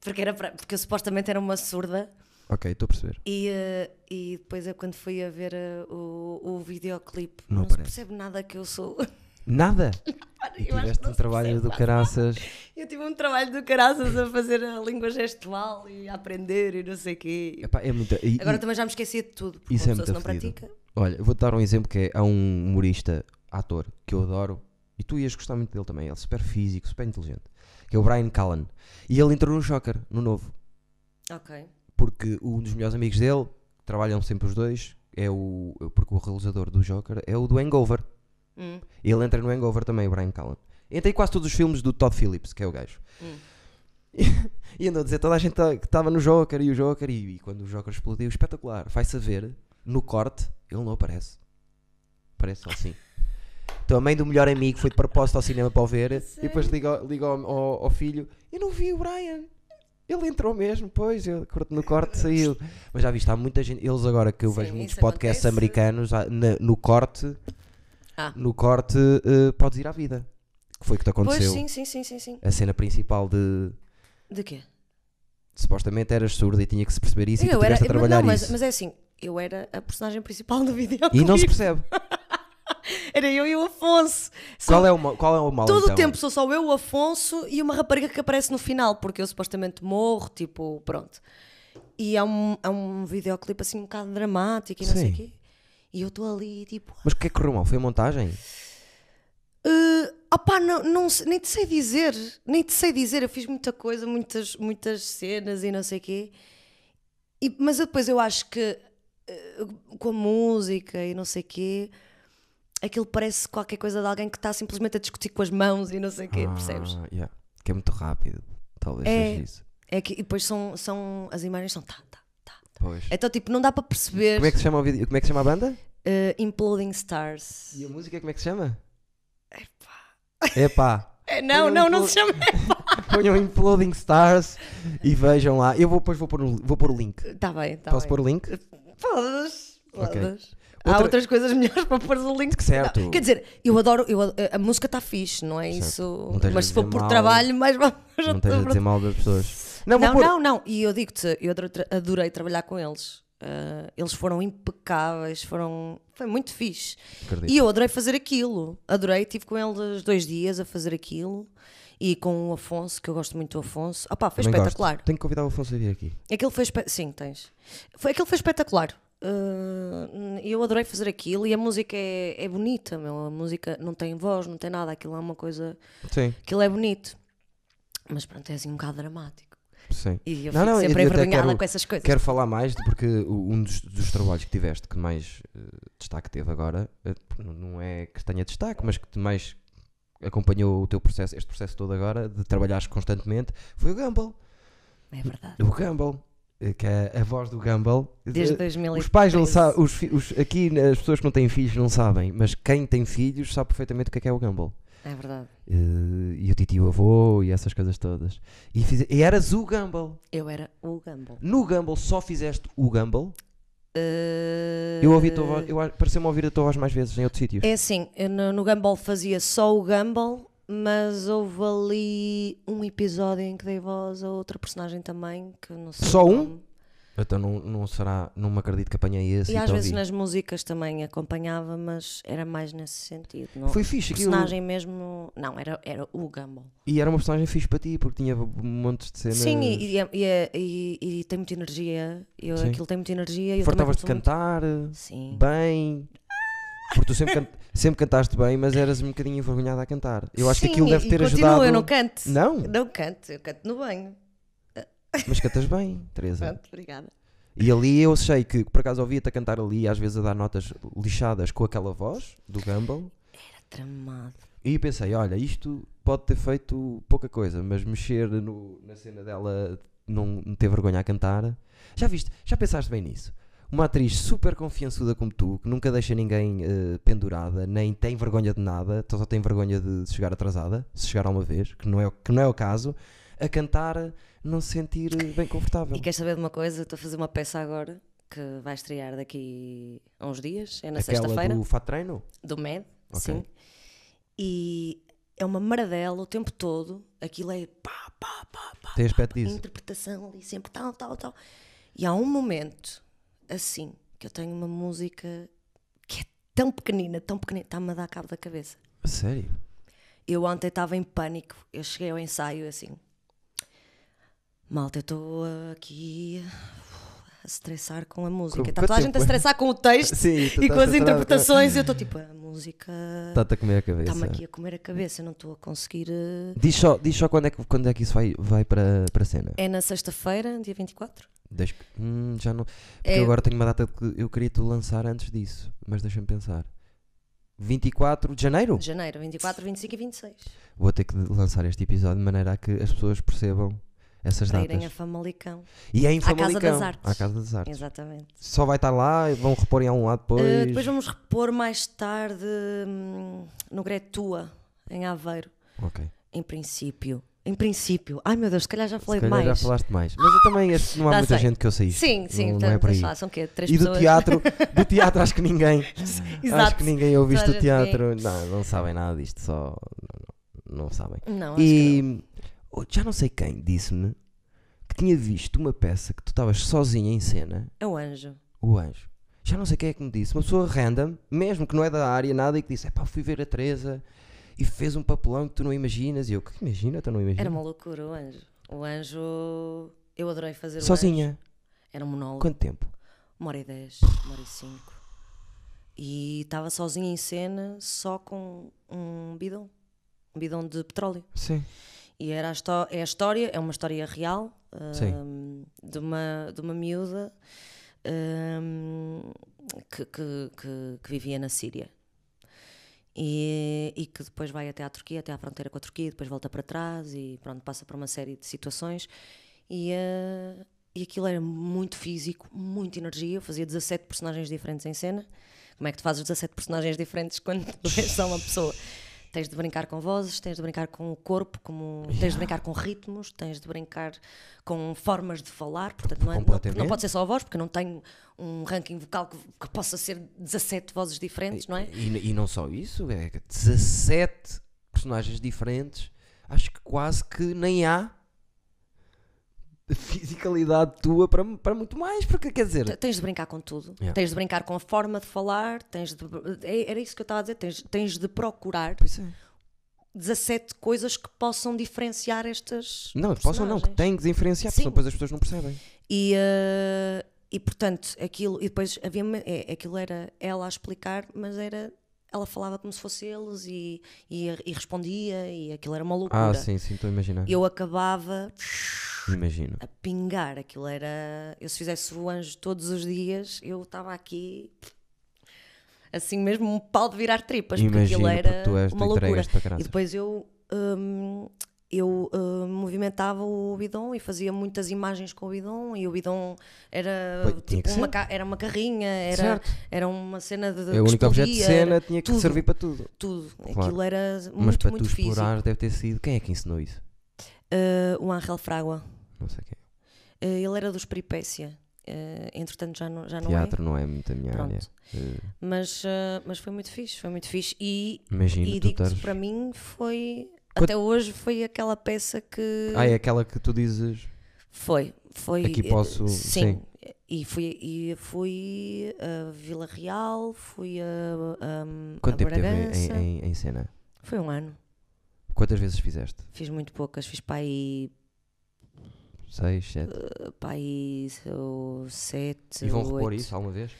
Porque, era pra- porque eu supostamente era uma surda
Ok, estou a perceber.
e, eh, e depois eu quando fui a ver eh, o, o videoclipe
Não
não, se
aparece.
percebe nada que eu sou.
Nada!
Eu
E
acho que
tiveste
não
um
se percebe
trabalho do
nada.
caraças.
Eu tive um trabalho do caraças a fazer a língua gestual e a aprender e não sei o quê.
Epá, é muito... e-
Agora
e-
também já me esqueci de tudo, porque
isso
uma
é
pessoa se não
muito afligido.
pratica.
Olha, eu vou-te dar um exemplo que é há um humorista, ator, que eu adoro, e tu ias gostar muito dele também, ele é super físico, super inteligente, que é o Brian Callan. E ele entrou no Joker, no novo,
Ok.
porque um dos melhores amigos dele, que trabalham sempre os dois, é o. Porque o realizador do Joker é o do Hangover.
Hum.
Ele entra no Hangover também, o Brian Callan. Entra em quase todos os filmes do Todd Phillips, que é o gajo.
Hum.
E, andou a dizer toda a gente tá- que estava no Joker e o Joker, e, e quando o Joker explodiu, espetacular. Vai-se a ver, no corte, ele não aparece. Aparece só assim. Então a mãe do melhor amigo foi de propósito ao cinema para o ver, e depois liga, ao- liga ao, ao- ao filho: Eu não vi o Brian. Ele entrou mesmo, pois, eu, corte- no corte saiu. Mas já viste, há muita gente, eles agora que eu
Sim,
vejo muitos
isso
podcasts
acontece.
americanos, há- na- no corte
Ah.
no corte eh, podes ir à vida. Que foi o que te
Pois
aconteceu.
sim, sim, sim, sim, sim.
A cena principal de
De quê?
supostamente eras surda e tinha que se perceber isso e tu
eu era,
estiveste
mas,
a trabalhar
não, mas,
isso.
mas é assim, eu era a personagem principal do videoclipe.
E não se percebe.
Era eu e o Afonso.
Qual é o, ma- qual é o mal
Todo
então?
o tempo sou só eu, o Afonso e uma rapariga que aparece no final, porque eu supostamente morro, tipo, pronto. E é um, é um videoclipe assim um bocado dramático e não sei
Sim.
o quê. E eu estou ali, tipo.
Mas o que é que correu mal? Foi a montagem?
"Eh, opá, não, não sei- nem te sei dizer, nem te sei dizer. Eu fiz muita coisa, muitas, muitas cenas e não sei o quê. E- mas eu depois eu acho que eh, com a música e não sei o quê, aquilo parece qualquer coisa de alguém que está simplesmente a discutir com as mãos e não sei o quê,
Ah,
percebes?
yeah. Que é muito rápido. Talvez
É.
seja isso.
É que e depois são, são as imagens são tá, tá, tá.
Pois.
Então tipo, não dá para perceber
Como é que se chama o vídeo? Como é que se chama a banda?
eh, Imploding Stars.
E a música como é que se chama? Epá. Epá.
É, não, não, não se chama.
Ponham Imploding Stars e vejam lá. Eu vou, depois vou pôr, o- vou pôr o link.
Tá bem, tá
Posso
bem.
pôr o link?
Podes,
Ok.
podes. Há
Outra-
outras coisas melhores para pôr o link.
Certo.
Quer dizer, eu adoro, eu adoro- a música está fixe, não é
Certo.
isso?
Não estejas a
Mas se for
dizer
por
mal.
trabalho, mais vamos
Não estejas a dizer mal das pessoas. Não, vou
não,
pôr-
não, não. E eu digo-te, eu adoro tra- adorei trabalhar com eles. Ah, eles foram impecáveis, foram. Foi muito fixe.
Acredito.
E é eu adorei fazer aquilo. Adorei, estive com eles dois dias a fazer aquilo. E com o Afonso, que eu gosto muito do Afonso. Ah pá, foi
Também gosto.
espetacular.
Tenho que convidar o Afonso a vir aqui.
Aquilo foi espe- Sim, tens. Foi, aquilo foi espetacular. Uh, eu adorei fazer aquilo e a música é, é bonita, meu. A música não tem voz, não tem nada. Aquilo é uma coisa.
Sim,
Aquilo é bonito. Mas pronto, é assim um bocado dramático.
sim.
E eu
Não,
fico
não, eu-
sempre
eu até
envergonhada
quero-
com essas coisas.
Quero falar mais de- porque o- um dos, dos trabalhos que tiveste que mais eh, destaque teve agora, eh, não- não é que tenha destaque, mas que te mais acompanhou o teu processo, este processo todo agora, de trabalhares constantemente, foi o Gumball.
É verdade.
O Gumball, eh, que é a voz do Gumball.
Desde
Eh,
2013.
os pais não sabem, os, fi- os- aqui né, as pessoas que não têm filhos não sabem, mas quem tem filhos sabe perfeitamente o que é, que é o Gumball.
É verdade.
Eh, e o titi e o avô e essas coisas todas. E, fiz- e eras o Gumball.
Eu era o Gumball.
No Gumball só fizeste o Gumball.
Eh,
Eu ouvi a tua voz, eu a- pareceu-me ouvir a tua voz mais vezes em outros sítios.
É assim, eu no, no Gumball fazia só o Gumball, mas houve ali um episódio em que dei voz a outra personagem também, que não sei.
Só
o
um?
nome.
Então não, não será, não me acredito Assim que apanhei esse
E
e,
às
te
vezes
ouvi.
nas músicas também acompanhava, mas era mais nesse sentido. Não,
Foi fixe aquilo.
personagem mesmo. Não, era, era o Gumball.
E era uma personagem fixe para ti, porque tinha montes de cenas.
Sim, e, e, e, e- e tem muita energia. Eu,
Sim.
aquilo tem muita energia. e Eu também
fartavas de
curto muito.
cantar
Sim.
bem. Porque tu sempre, can- sempre cantaste bem, mas eras um bocadinho envergonhada a cantar. Eu acho
Sim,
que aquilo deve
e
ter
continuo,
ajudado.
eu não canto.
Não,
Não canto, eu canto no banho.
mas cantas bem, Teresa.
Pronto, obrigada.
E ali eu sei que por acaso ouvia-te a cantar ali, às vezes a dar notas lixadas com aquela voz do Gumball.
Era tramado.
E pensei, olha, isto pode ter feito pouca coisa, mas mexer no- na cena dela não não ter vergonha a cantar. Já viste? Já pensaste bem nisso? Uma atriz super confiançuda como tu, que nunca deixa ninguém eh, pendurada, nem tem vergonha de nada, só tem vergonha de de chegar atrasada, se chegar uma vez, que não é, o- que não é o caso, a cantar não se sentir eh, bem confortável.
E queres saber de uma coisa? Estou a fazer uma peça agora que vai estrear daqui a uns dias. É na
Aquela
sexta-feira.
do Fat Treino?
do MED,
Ok.
sim. E é uma maradela o tempo todo. Aquilo é pá, pá, pá, pá.
Tem aspecto disso.
Interpretação ali, sempre tal, tal, tal. E há um momento, assim, que eu tenho uma música que é tão pequenina, tão pequenina, está-me a dar cabo da cabeça.
A Sério?
Eu ontem estava em pânico. Eu cheguei ao ensaio assim. Malta, eu estou aqui a estressar com a música.
Com-
Está
com
toda a
tempo,
gente a
é?
estressar com o texto
Sim, tu
e com
estás
as
a estressar-
interpretações. Eu estou tipo, a música
Está-te a comer a cabeça.
está-me aqui a comer a cabeça. Eu não estou a conseguir. eh.
Diz só, diz só quando, é que, quando é que isso vai, vai para, para a cena.
É na sexta-feira, dia 24.
Deixa- hum, já não. Porque
É-
eu agora tenho uma data que eu queria te lançar antes disso, mas deixa-me pensar. 24 de janeiro?
de Janeiro, 24, 25 e 26.
Vou ter que lançar este episódio de maneira a que as pessoas percebam essas
Para
datas.
irem a Famalicão.
E é em
à Casa
Famalicão.
das Artes.
À Casa das Artes.
Exatamente.
Só vai estar lá, vão repor em algum lado depois.
Eh, depois vamos repor mais tarde hum, no Gretua, em Aveiro.
Ok.
Em princípio. Em princípio. Ai meu Deus, se calhar já
Se
falei
calhar
demais.
já falaste mais. Mas eu também este- não há
Tá,
muita
sei.
gente que eu sei isto.
Sim, sim, tá,
não, não
portanto,
é para aí.
vamos lá, são o quê? Três
E do
pessoas.
teatro, do teatro acho que ninguém. Acho
Exato.
que ninguém ouve isto
Toda
do
a gente
teatro. Não, não sabem nada disto, só. Não, não- não sabem.
Não, acho que
E oh, já não sei quem disse-me que tinha visto uma peça que tu estavas sozinha em cena,
não. É o anjo.
o anjo. Já não sei quem é que me disse, uma pessoa random, mesmo que não é da área, nada, e que disse: é pá, fui ver a Teresa e fez um papelão que tu não imaginas. E eu, que imagina, tu não imaginas?
Era uma loucura o anjo. O anjo. Eu adorei fazer o anjo.
Sozinha.
Era um monólogo.
Quanto tempo?
Uma hora e dez, uma hora e cinco. E estava sozinha em cena só com um bidão. Um bidão de petróleo.
Sim.
E era a, histó- é a história, é uma história real
Sim.
ah, de, uma, de uma miúda ah, que, que, que- que vivia na Síria. E, e que depois vai até à Turquia, até à fronteira com a Turquia, depois volta para trás e pronto, passa por uma série de situações. E, ah, e aquilo era muito físico, muita energia. Eu fazia 17 personagens diferentes em cena. Como é que tu fazes 17 personagens diferentes quando tu és só uma pessoa? Tens de brincar com vozes, tens de brincar com o corpo, como, um, tens de brincar com ritmos, tens de brincar com formas de falar. Portanto, não, é- não-
Completamente.
não pode ser só a voz, porque eu não tenho um ranking vocal que, que possa ser 17 vozes diferentes, não é?
E, e não só isso, é que 17 personagens diferentes. Acho que quase que nem há fisicalidade tua para, para muito mais, porque quer dizer,
T- Tens de brincar com tudo.
Yeah.
Tens de brincar com a forma de falar, tens de- é- era isso que eu estava a dizer, tens, tens de procurar
Pois é.
17 coisas que possam diferenciar estas
Não, que possam não, que
personagens.
têm que diferenciar, porque
Sim.
senão depois as pessoas não percebem.
E, eh, e portanto, aquilo, e depois havia é, aquilo era ela a explicar, mas era ela falava como se fosse eles e, e, e respondia, e aquilo era uma loucura.
Ah, sim, sim, estou a imaginar.
Eu acabava
Imagino.
a pingar, aquilo era. Eu se fizesse o anjo todos os dias, eu estava aqui assim mesmo um pau de virar tripas,
Imagino,
porque aquilo era
porque tu és- tu
uma
entregas
loucura.
para caraças.
E depois eu, hum, eu hum, movimentava o bidon e fazia muitas imagens com o bidon e o bidon era
Pois, tinha que
tipo uma,
ser.
ca- era uma carrinha, era,
Certo.
era uma cena de, de
É o
que
único objeto de
explodia,
cena
era
tinha que
tudo,
servir para tudo.
tudo.
Claro.
Aquilo era
Mas
muito,
para
muito
tu
físico.
explorar deve ter sido. Quem é que ensinou isso?
Ah, o Angel Fragua.
Não sei quem.
Ah, ele era dos Peripécia. Ah, entretanto, já não, já não é.
Teatro não é muito a minha
Pronto.
área. Eh,
Mas, ah, mas foi muito fixe, foi muito fixe. E,
Imagino
e
tu
digo-te,
estares.
para mim, foi.
Quant-
Até hoje foi aquela peça que.
Ah, é aquela que tu dizes.
Foi, foi. eh,
Aqui posso-
Sim. E fui, e fui a Vila Real, fui a, a, um, a
Quanto tempo teve
Bragança.
em, em- em cena?
Foi um ano.
Quantas vezes fizeste?
Fiz muito poucas, fiz para aí, eh,
Seis, sete?
para aí ou sete.
E vão
ou
repor
oito.
isso alguma vez?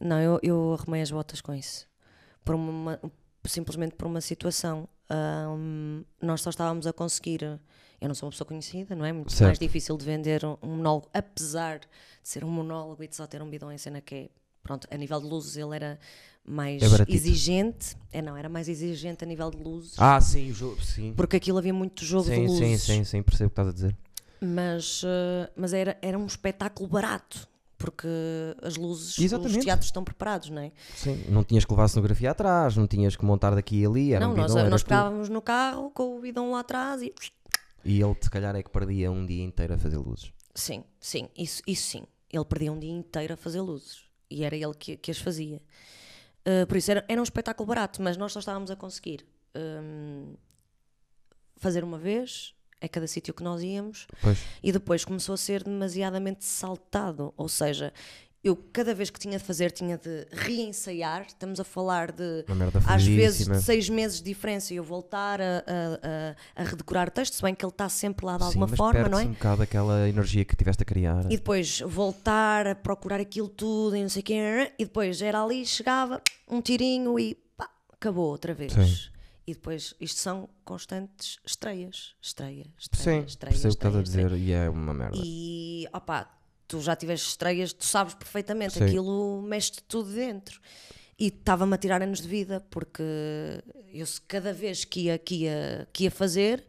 Não, eu, eu arrumei as botas com isso. Por uma- simplesmente por uma situação. Ahm, nós só estávamos a conseguir. Eu não sou uma pessoa conhecida, não é? Muito mais
Certo.
difícil de vender um, um monólogo, apesar de ser um monólogo e de só ter um bidão em cena que é. Pronto, a nível de luzes ele era mais
É baratito.
exigente. É, não, era mais exigente a nível de luzes.
Ah, sim, o jogo, sim.
Porque aquilo havia muito jogo de
Sim,
luzes
sim, sim, sim, percebo o que estás a dizer.
mas, eh, mas era, era um espetáculo barato, porque as luzes,
Exatamente.
os teatros estão preparados, não é?
Sim, não tinhas que levar a cenografia atrás, não tinhas que montar daqui e ali, era
não,
um
nós,
bidão, eras
nós
tu.
pegávamos no carro com o bidão lá atrás e.
E ele, se calhar, é que perdia um dia inteiro a fazer luzes.
Sim, sim, isso, isso sim. Ele perdia um dia inteiro a fazer luzes e era ele que, que as fazia. Eh, por isso era, era um espetáculo barato, mas nós só estávamos a conseguir hum, fazer uma vez a cada sítio que nós íamos
Pois,
E depois começou a ser demasiadamente saltado, ou seja, eu cada vez que tinha de fazer tinha de reensaiar, estamos a falar de
uma merda
às vezes
fodidíssima.
de seis meses de diferença e eu voltar a, a- a- a redecorar o texto, se bem que ele está sempre lá de alguma
Sim, mas
forma, não
perde-se
é?
um bocado aquela energia que tiveste a criar.
E depois voltar a procurar aquilo tudo e não sei o quê, e depois era ali, chegava, um tirinho e pá, acabou outra vez.
Sim.
E depois, isto são constantes estreias, estreias,
Sim,
estreias, estreias.
percebo o que estás a
estreias,
dizer e é uma merda.
e opá, tu já tiveste estreias, tu sabes perfeitamente,
Sim.
aquilo mexe-te tudo dentro. E estava-me a tirar anos de vida, porque eu se cada vez que ia, que ia, que ia fazer,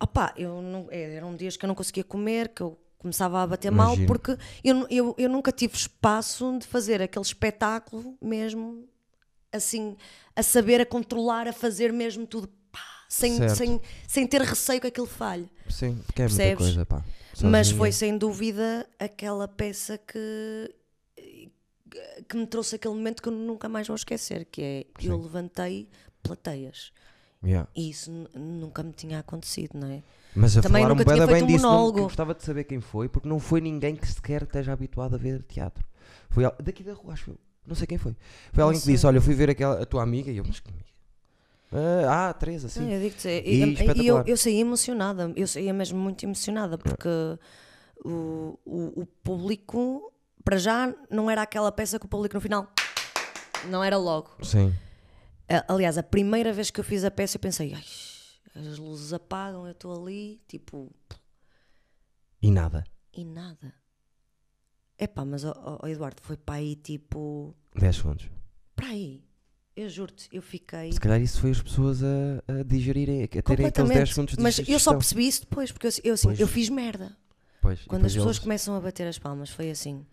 opá, eu não, é, eram dias que eu não conseguia comer, que eu começava a bater mal,
Imagino.
porque eu, nu- eu, eu nunca tive espaço de fazer aquele espetáculo mesmo, assim, a saber, a controlar, a fazer mesmo tudo, pá, sem,
Certo.
sem, sem ter receio que aquilo falhe.
Sim, porque é muita
Percebes?
coisa, pá.
Mas
Sozinha.
foi sem dúvida aquela peça que que me trouxe aquele momento que eu nunca mais vou esquecer, que é eu levantei plateias.
Yeah.
E isso n- nunca me tinha acontecido, não é?
Mas a
Também
falar um
nunca tinha
bem
feito um
disso, não,
monólogo.
eu gostava de saber quem foi, porque não foi ninguém que sequer esteja habituado a ver teatro. Foi al- daqui da rua, acho eu. Não sei quem foi. Foi alguém que
sei.
disse: Olha, eu fui ver aquela, a tua amiga e eu, mas que amiga? Ah, ah, a Teresa,
Não,
sim.
eu digo-te,
E
eu- eu, eu,
espetacular.
eu saí emocionada, eu saía mesmo muito emocionada, porque o, o, o público, para já, não era aquela peça que o público no final não era logo.
Sim.
A- Aliás, a primeira vez que eu fiz a peça, eu pensei, "Ai, as luzes apagam, eu estou ali, tipo,
E nada.
e nada. Epá, mas ó- ó, ó, Eduardo, foi para aí, tipo,
10 segundos.
para aí. Eu juro-te, eu fiquei
Se calhar isso foi as pessoas a, a digerirem, a terem aqueles
completamente.
10 segundos de
mas eu só
digestão.
percebi isso depois, porque eu, eu assim,
Pois.
eu fiz merda.
Pois, e
Quando as
depois
pessoas
eles-
começam a bater as palmas, foi assim.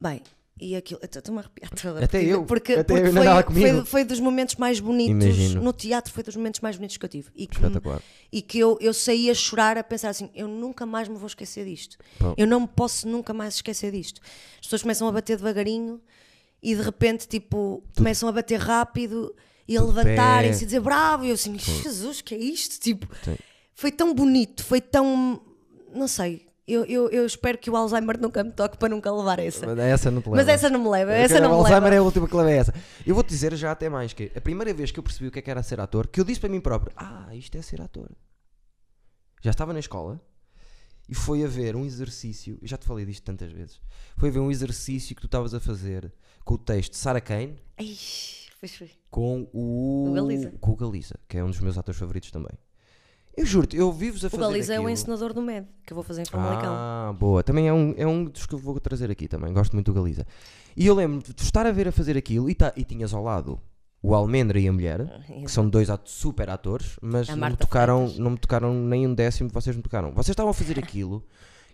Bem, e aquilo, eu estou-me a arrepiar toda.
Até
porque-
eu,
Porque,
até
porque
eu, não
foi,
dava comigo.
foi- foi dos momentos mais bonitos.
Imagino.
No teatro foi dos momentos mais bonitos que eu tive. E que me
Espetacular.
e que eu, eu saí a chorar a pensar assim, eu nunca mais me vou esquecer disto
Bom.
eu não me posso nunca mais esquecer disto as pessoas começam a bater devagarinho e de repente tipo, começam a bater rápido e a
Tudo
levantarem-se
pé.
e dizer bravo e eu assim, Jesus, que é isto? Tipo,
Sim.
foi tão bonito foi tão, não sei eu, eu, eu espero que o Alzheimer nunca me toque para nunca levar essa,
Mas essa não te leva.
mas essa não me leva
Eu
essa
quero-
não
o
me
Alzheimer
leva
é a última que leva é essa. Eu vou-te dizer já até mais que a primeira vez que eu percebi o que é que era ser ator, que eu disse para mim próprio, ah, isto é ser ator. Já estava na escola e foi a ver um exercício, eu já te falei disto tantas vezes, foi a ver um exercício que tu estavas a fazer com o texto de Sarah Kane
Ai, pois foi.
com o,
O Galiza.
com o Galiza, que é um dos meus atores favoritos também. Eu juro-te, eu vivo-vos a
O
fazer
Galiza é o
aquilo.
encenador do MED, que eu vou fazer em Famalicão.
Ah, boa. Também é um, é um dos que eu vou trazer aqui também. Gosto muito do Galiza. E eu lembro de estar a ver a fazer aquilo e, tá- e tinhas ao lado o Almendra e a mulher, que são dois ato- super atores, mas
Ah, A
não me,
Marta
tocaram,
Freitas.
não me tocaram nem um décimo de vocês me tocaram. Vocês estavam a fazer aquilo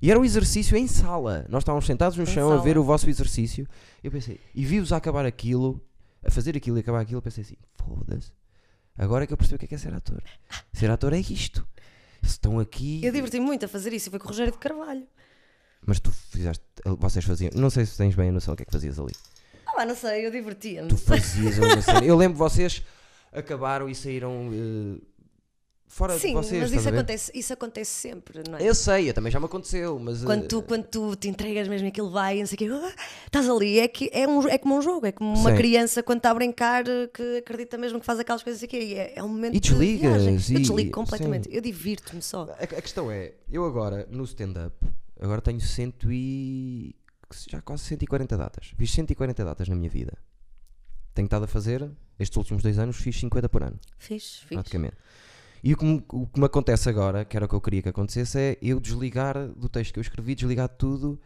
e era um exercício em sala. Nós estávamos sentados no
Em
chão a
sala.
ver o vosso exercício. Eu pensei, e vi-vos a acabar aquilo, a fazer aquilo e acabar aquilo, eu pensei assim, foda-se. Agora é que eu percebi o que é, que é ser ator. Ser ator é isto. Se Estão aqui.
Eu diverti-me muito a fazer isso e foi com o Rogério de Carvalho.
Mas tu fizeste. Vocês faziam. Não sei se tens bem a noção do que é que fazias ali.
Ah, pá, não sei, eu divertia-me.
Tu fazias uma cena. Eu lembro vocês acabaram e saíram. eh, fora
Sim,
de vocês.
mas
estás
isso
a ver?
acontece, isso acontece sempre, não é?
Eu sei, eu também já me aconteceu, mas. eh,
Quando tu, quando tu te entregas mesmo aquilo vai e não sei o quê, ah, estás ali, é, que, é, um, é como um jogo, é como uma
Sim.
criança quando está a brincar eh, que acredita mesmo que faz aquelas coisas aqui, e é, é um momento
E desligas,
de viagem. Eu
e-
desligo completamente,
sim.
eu divirto-me só.
A, a questão é, eu agora, no stand-up, agora tenho cento e. já quase 140 datas. Fiz 140 datas na minha vida. Tenho estado a fazer, estes últimos dois anos, fiz 50 por ano.
Fiz, fiz.
praticamente. E o que, me, o que me acontece agora, que era o que eu queria que acontecesse, é eu desligar do texto que eu escrevi, desligar de tudo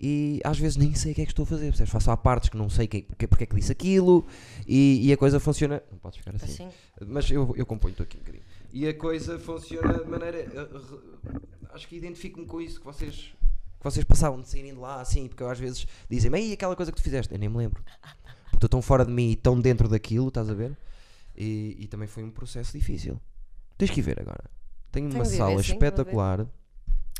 e às vezes nem sei o que é que estou a fazer. percebes? Faço há partes que não sei que, que, porque é que disse aquilo e, e a coisa funciona. Não podes ficar assim.
Assim.
Mas eu, eu componho-te aqui um bocadinho. E a coisa funciona de maneira. eh, re- Acho que identifico-me com isso que vocês. Que vocês passavam de saírem de lá assim, porque eu às vezes dizem-me, "Ei, aquela coisa que tu fizeste, eu nem me lembro. Porque Estou tão fora de mim e tão dentro daquilo, estás a ver? E, e também foi um processo difícil. Tens que ir ver agora. Tenho
Tenho
uma
de ir ver,
sala
sim, vou ver.
espetacular,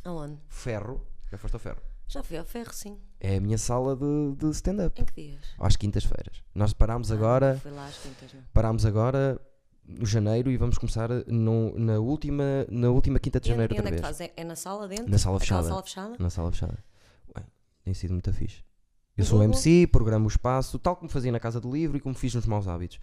Aonde?
ferro. Já foste ao ferro?
Já fui ao ferro, sim.
É a minha sala de, de stand-up.
Em que dias?
Às quintas-feiras. Nós parámos
Ah,
agora.
Fui lá às quintas, não.
Parámos agora no janeiro e vamos começar no- na, última, na última quinta de
E onde- e
janeiro
onde é
outra
que
vez.
fazes? É- É na sala dentro?
Na sala
Aquela
fechada.
sala fechada?
Na sala fechada. Ué, tem sido muito fixe. Eu
No
sou o
Google?
MC, programo o espaço, tal como fazia na Casa do Livro e como fiz nos Maus Hábitos.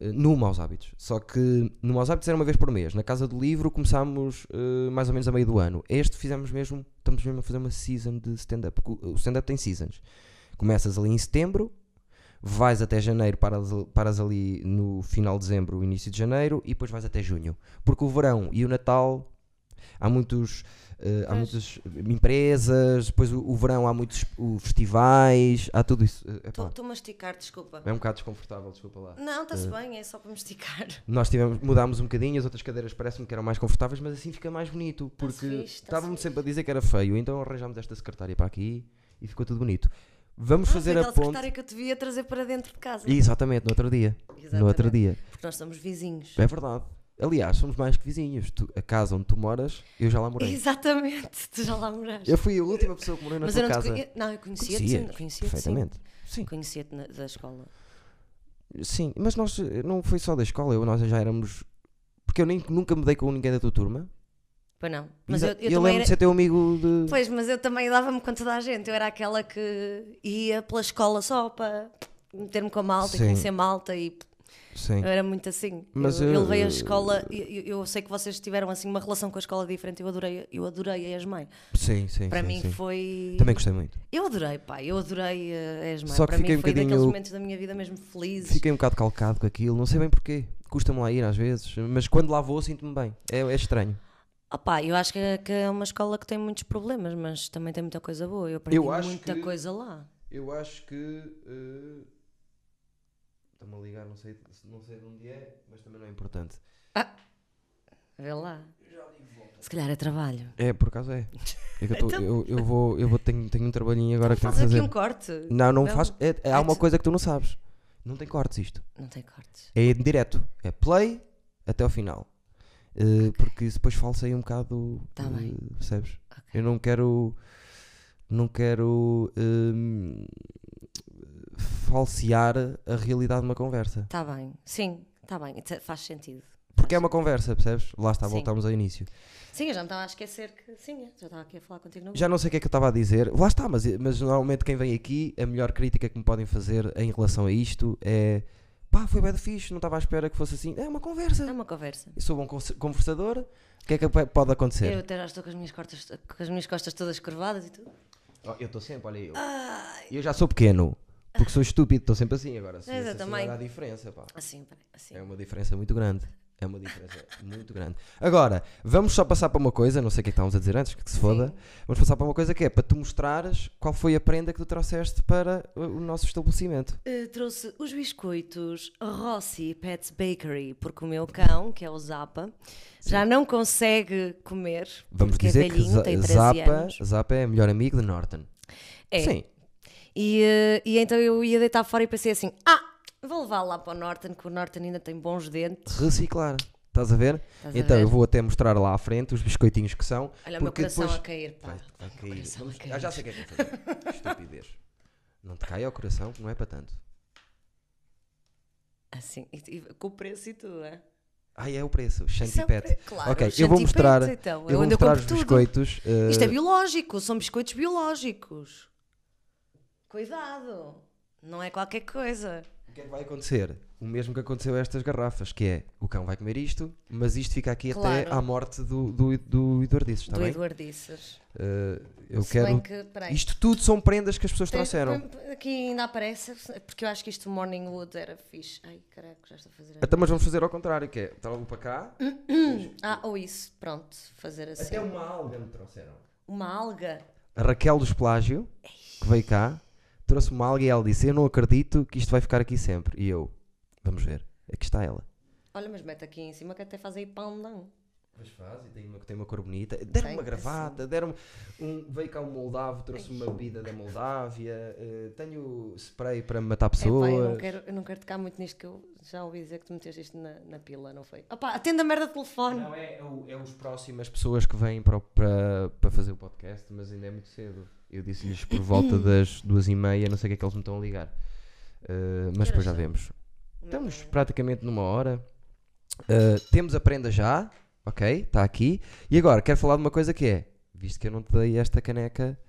Eh, No Maus Hábitos. Só que no Maus Hábitos era uma vez por mês. Na Casa do Livro começámos eh, mais ou menos a meio do ano. Este fizemos mesmo, estamos mesmo a fazer uma season de stand-up. porque O o stand-up tem seasons. Começas ali em setembro, vais até janeiro, paras, paras ali no final de dezembro, início de janeiro e depois vais até junho. Porque o verão e o Natal há muitos. eh, há
Pois.
muitas empresas, depois o, o verão há muitos o, festivais, há tudo isso. Eh, epá,
Estou a masticar, desculpa.
é um bocado desconfortável, desculpa lá.
Não, está-se bem, é só para masticar.
Nós tivemos, mudámos um bocadinho, as outras cadeiras parece-me que eram mais confortáveis, mas assim fica mais bonito,
Tá-se
porque
Tá fixe, tá-se
estavam-me
fixe.
sempre a dizer que era feio, então arranjámos esta secretária para aqui e ficou tudo bonito. Vamos
Ah,
fazer
foi
a
aquela
ponte.
secretária que eu te via trazer para dentro de casa.
Exatamente, no outro dia. No outro
Exatamente.
dia.
Porque nós somos vizinhos.
É verdade. Aliás, somos mais que vizinhos. Tu- a casa onde tu moras, eu já lá morei.
Exatamente, tu já lá moraste.
Eu fui a última pessoa que morou na
Mas eu não
tua
te
casa.
conhecia. Não, eu
Conhecias,
conhecia-te. Conhecia-te, sim.
perfeitamente. Sim.
Conhecia-te na- da escola.
Sim, mas nós eh, não foi só da escola, eu, nós já éramos. Porque eu nem, nunca me dei com ninguém da tua turma.
Pois não. Mas
E
eu,
já-
eu
eu
também
lembro
era...
de ser teu amigo de.
Pois, mas eu também dava-me com toda a gente. Eu era aquela que ia pela escola só para meter-me com a malta, e
Sim.
conhecer malta e
Sim.
eu era muito assim.
Mas
eu,
eu-
eu levei a escola, eu, eu- eu sei que vocês tiveram assim uma relação com a escola diferente, eu adorei, eu adorei a ESMAI.
Sim, sim.
Para
sim,
mim
sim.
foi
Também gostei muito.
Eu adorei, pá, eu adorei a ESMAI.
Só que
Para
fiquei
mim
um
foi daqueles
bocadinho-
momentos da minha vida mesmo felizes.
Fiquei um bocado calcado com aquilo, não sei bem porquê. Custa-me lá ir às vezes, mas quando lá vou sinto-me bem. É, é estranho.
Opá, Ah, eu acho que, que é uma escola que tem muitos problemas, mas também tem muita coisa boa. Eu aprendi
Eu acho
muita
que-
coisa lá.
Eu acho que. Está-me a ligar, não sei, não sei de onde é, mas também não é importante.
Vê lá. Se calhar é trabalho.
É, por acaso é. É que eu, tô-
Então-
eu, eu vou, eu vou tenho, tenho um trabalhinho agora que tenho que
Faz aqui
fazer.
um corte.
Não, não,
Não.
faz. é- é- há
Ah,
uma
tu-
coisa que tu não sabes. Não tem cortes isto.
Não tem cortes.
É direto. É play até ao final. Eh, Porque isso depois falsei um bocado.
Tá bem.
eh, Percebes?
Ok.
Eu não quero. Não quero. hum, falsear a realidade de uma conversa.
Está Tá bem. Sim, está bem. Isso Faz sentido.
Porque é uma conversa, percebes? Lá está,
Sim.
voltamos ao início.
Sim, eu já me estava a esquecer que. Sim, eu já estava aqui a falar contigo no.
Já não sei o que é que eu estava a dizer. Lá está, mas, mas normalmente quem vem aqui, a melhor crítica que me podem fazer em relação a isto é pá, foi bem fixe, não estava à espera que fosse assim. É uma conversa.
É uma conversa.
Eu sou um bom conse- conversador, o que é que pe- pode acontecer?
Eu até já estou com as minhas costas, com as minhas costas todas curvadas e tudo.
Oh, Eu estou sempre, olha eu. Eu já sou pequeno, porque sou estúpido, estou sempre assim agora. Se
Mas eu
isso- isso
também.
não dá diferença, pá.
Assim, peraí, assim.
É uma diferença muito grande. É uma diferença muito grande. Agora, vamos só passar para uma coisa, não sei o que é que estávamos a dizer antes, que se foda. Vamos passar para uma coisa que é para tu mostrares qual foi a prenda que tu trouxeste para o o nosso estabelecimento.
Eh, trouxe os biscoitos Rossi Pets Bakery, porque o meu cão, que é o Zapa, já não consegue comer.
Vamos
porque é
dizer que
velhinho,
Za-
tem 13
Zappa,
anos.
Zappa é melhor amigo de Norton.
É.
Sim.
E, eh, e então eu ia deitar fora e pensei assim: ah, vou levar lá para o Norton, que o Norton ainda tem bons dentes.
Reciclar. Estás a ver?
Estás a
então
ver?
eu vou até mostrar lá à frente os biscoitinhos que são.
Olha o meu
porque
coração
depois.
a cair, pá.
Vai, vai cair.
coração a
Ah, já sei o que é que vou fazer. Estupidez. Não te caia ao coração, que não é para tanto.
Assim, e- e com o preço e tudo, é?
Ah, é o preço.
Isso é o
Chantipete.
pre- claro,
ok,
o
eu vou
Shanty
mostrar,
Pet, então, é
eu vou
onde eu
mostrar
compro
os
tudo.
biscoitos. eh,
Isto é biológico, são biscoitos biológicos. Cuidado, não é qualquer coisa.
O que é que vai acontecer? O mesmo que aconteceu a estas garrafas, que é o cão vai comer isto, mas isto fica aqui até
Claro.
à morte do, do, do Eduardices, está
do
Tá bem?
Eduardices.
Eh, eu
Se
quero.
bem que, peraí.
Isto tudo são prendas que as pessoas
Tem-
trouxeram.
põe- Aqui ainda aparece, porque eu acho que isto Morning Wood era fixe. Ai, caraca, já estou a fazer.
Então, mas vamos fazer ao contrário, que é trago para cá, Hum.
Ah, ou isso, pronto, fazer assim.
até uma alga me trouxeram.
Uma alga.
A Raquel dos Plágio, que veio cá, trouxe uma alga e ela disse: Eu não acredito que isto vai ficar aqui sempre. E eu, vamos ver, aqui está ela.
Olha, mas mete aqui em cima que até faz aí pandão.
Pois faz, e tem uma, tem uma cor bonita. Deram
Tem,
uma gravata, deram um. Veio cá um moldavo, trouxe uma bebida da Moldávia. eh, tenho spray para matar
Epá,
pessoas.
É, eu, não quero, eu não quero tocar muito nisto que eu já ouvi dizer que tu meteste isto na, na pila, não foi? Opá, atende a merda de telefone.
Não, é, é o- é os próximas pessoas que vêm para, o- para, para fazer o podcast, mas ainda é muito cedo. Eu disse-lhes por volta das duas e meia, não sei o que é que eles me estão a ligar. Eh, mas depois já vemos. Estamos praticamente numa hora. Eh, temos a prenda já, ok? Está aqui. E agora, quero falar de uma coisa que é: visto que eu não te dei esta caneca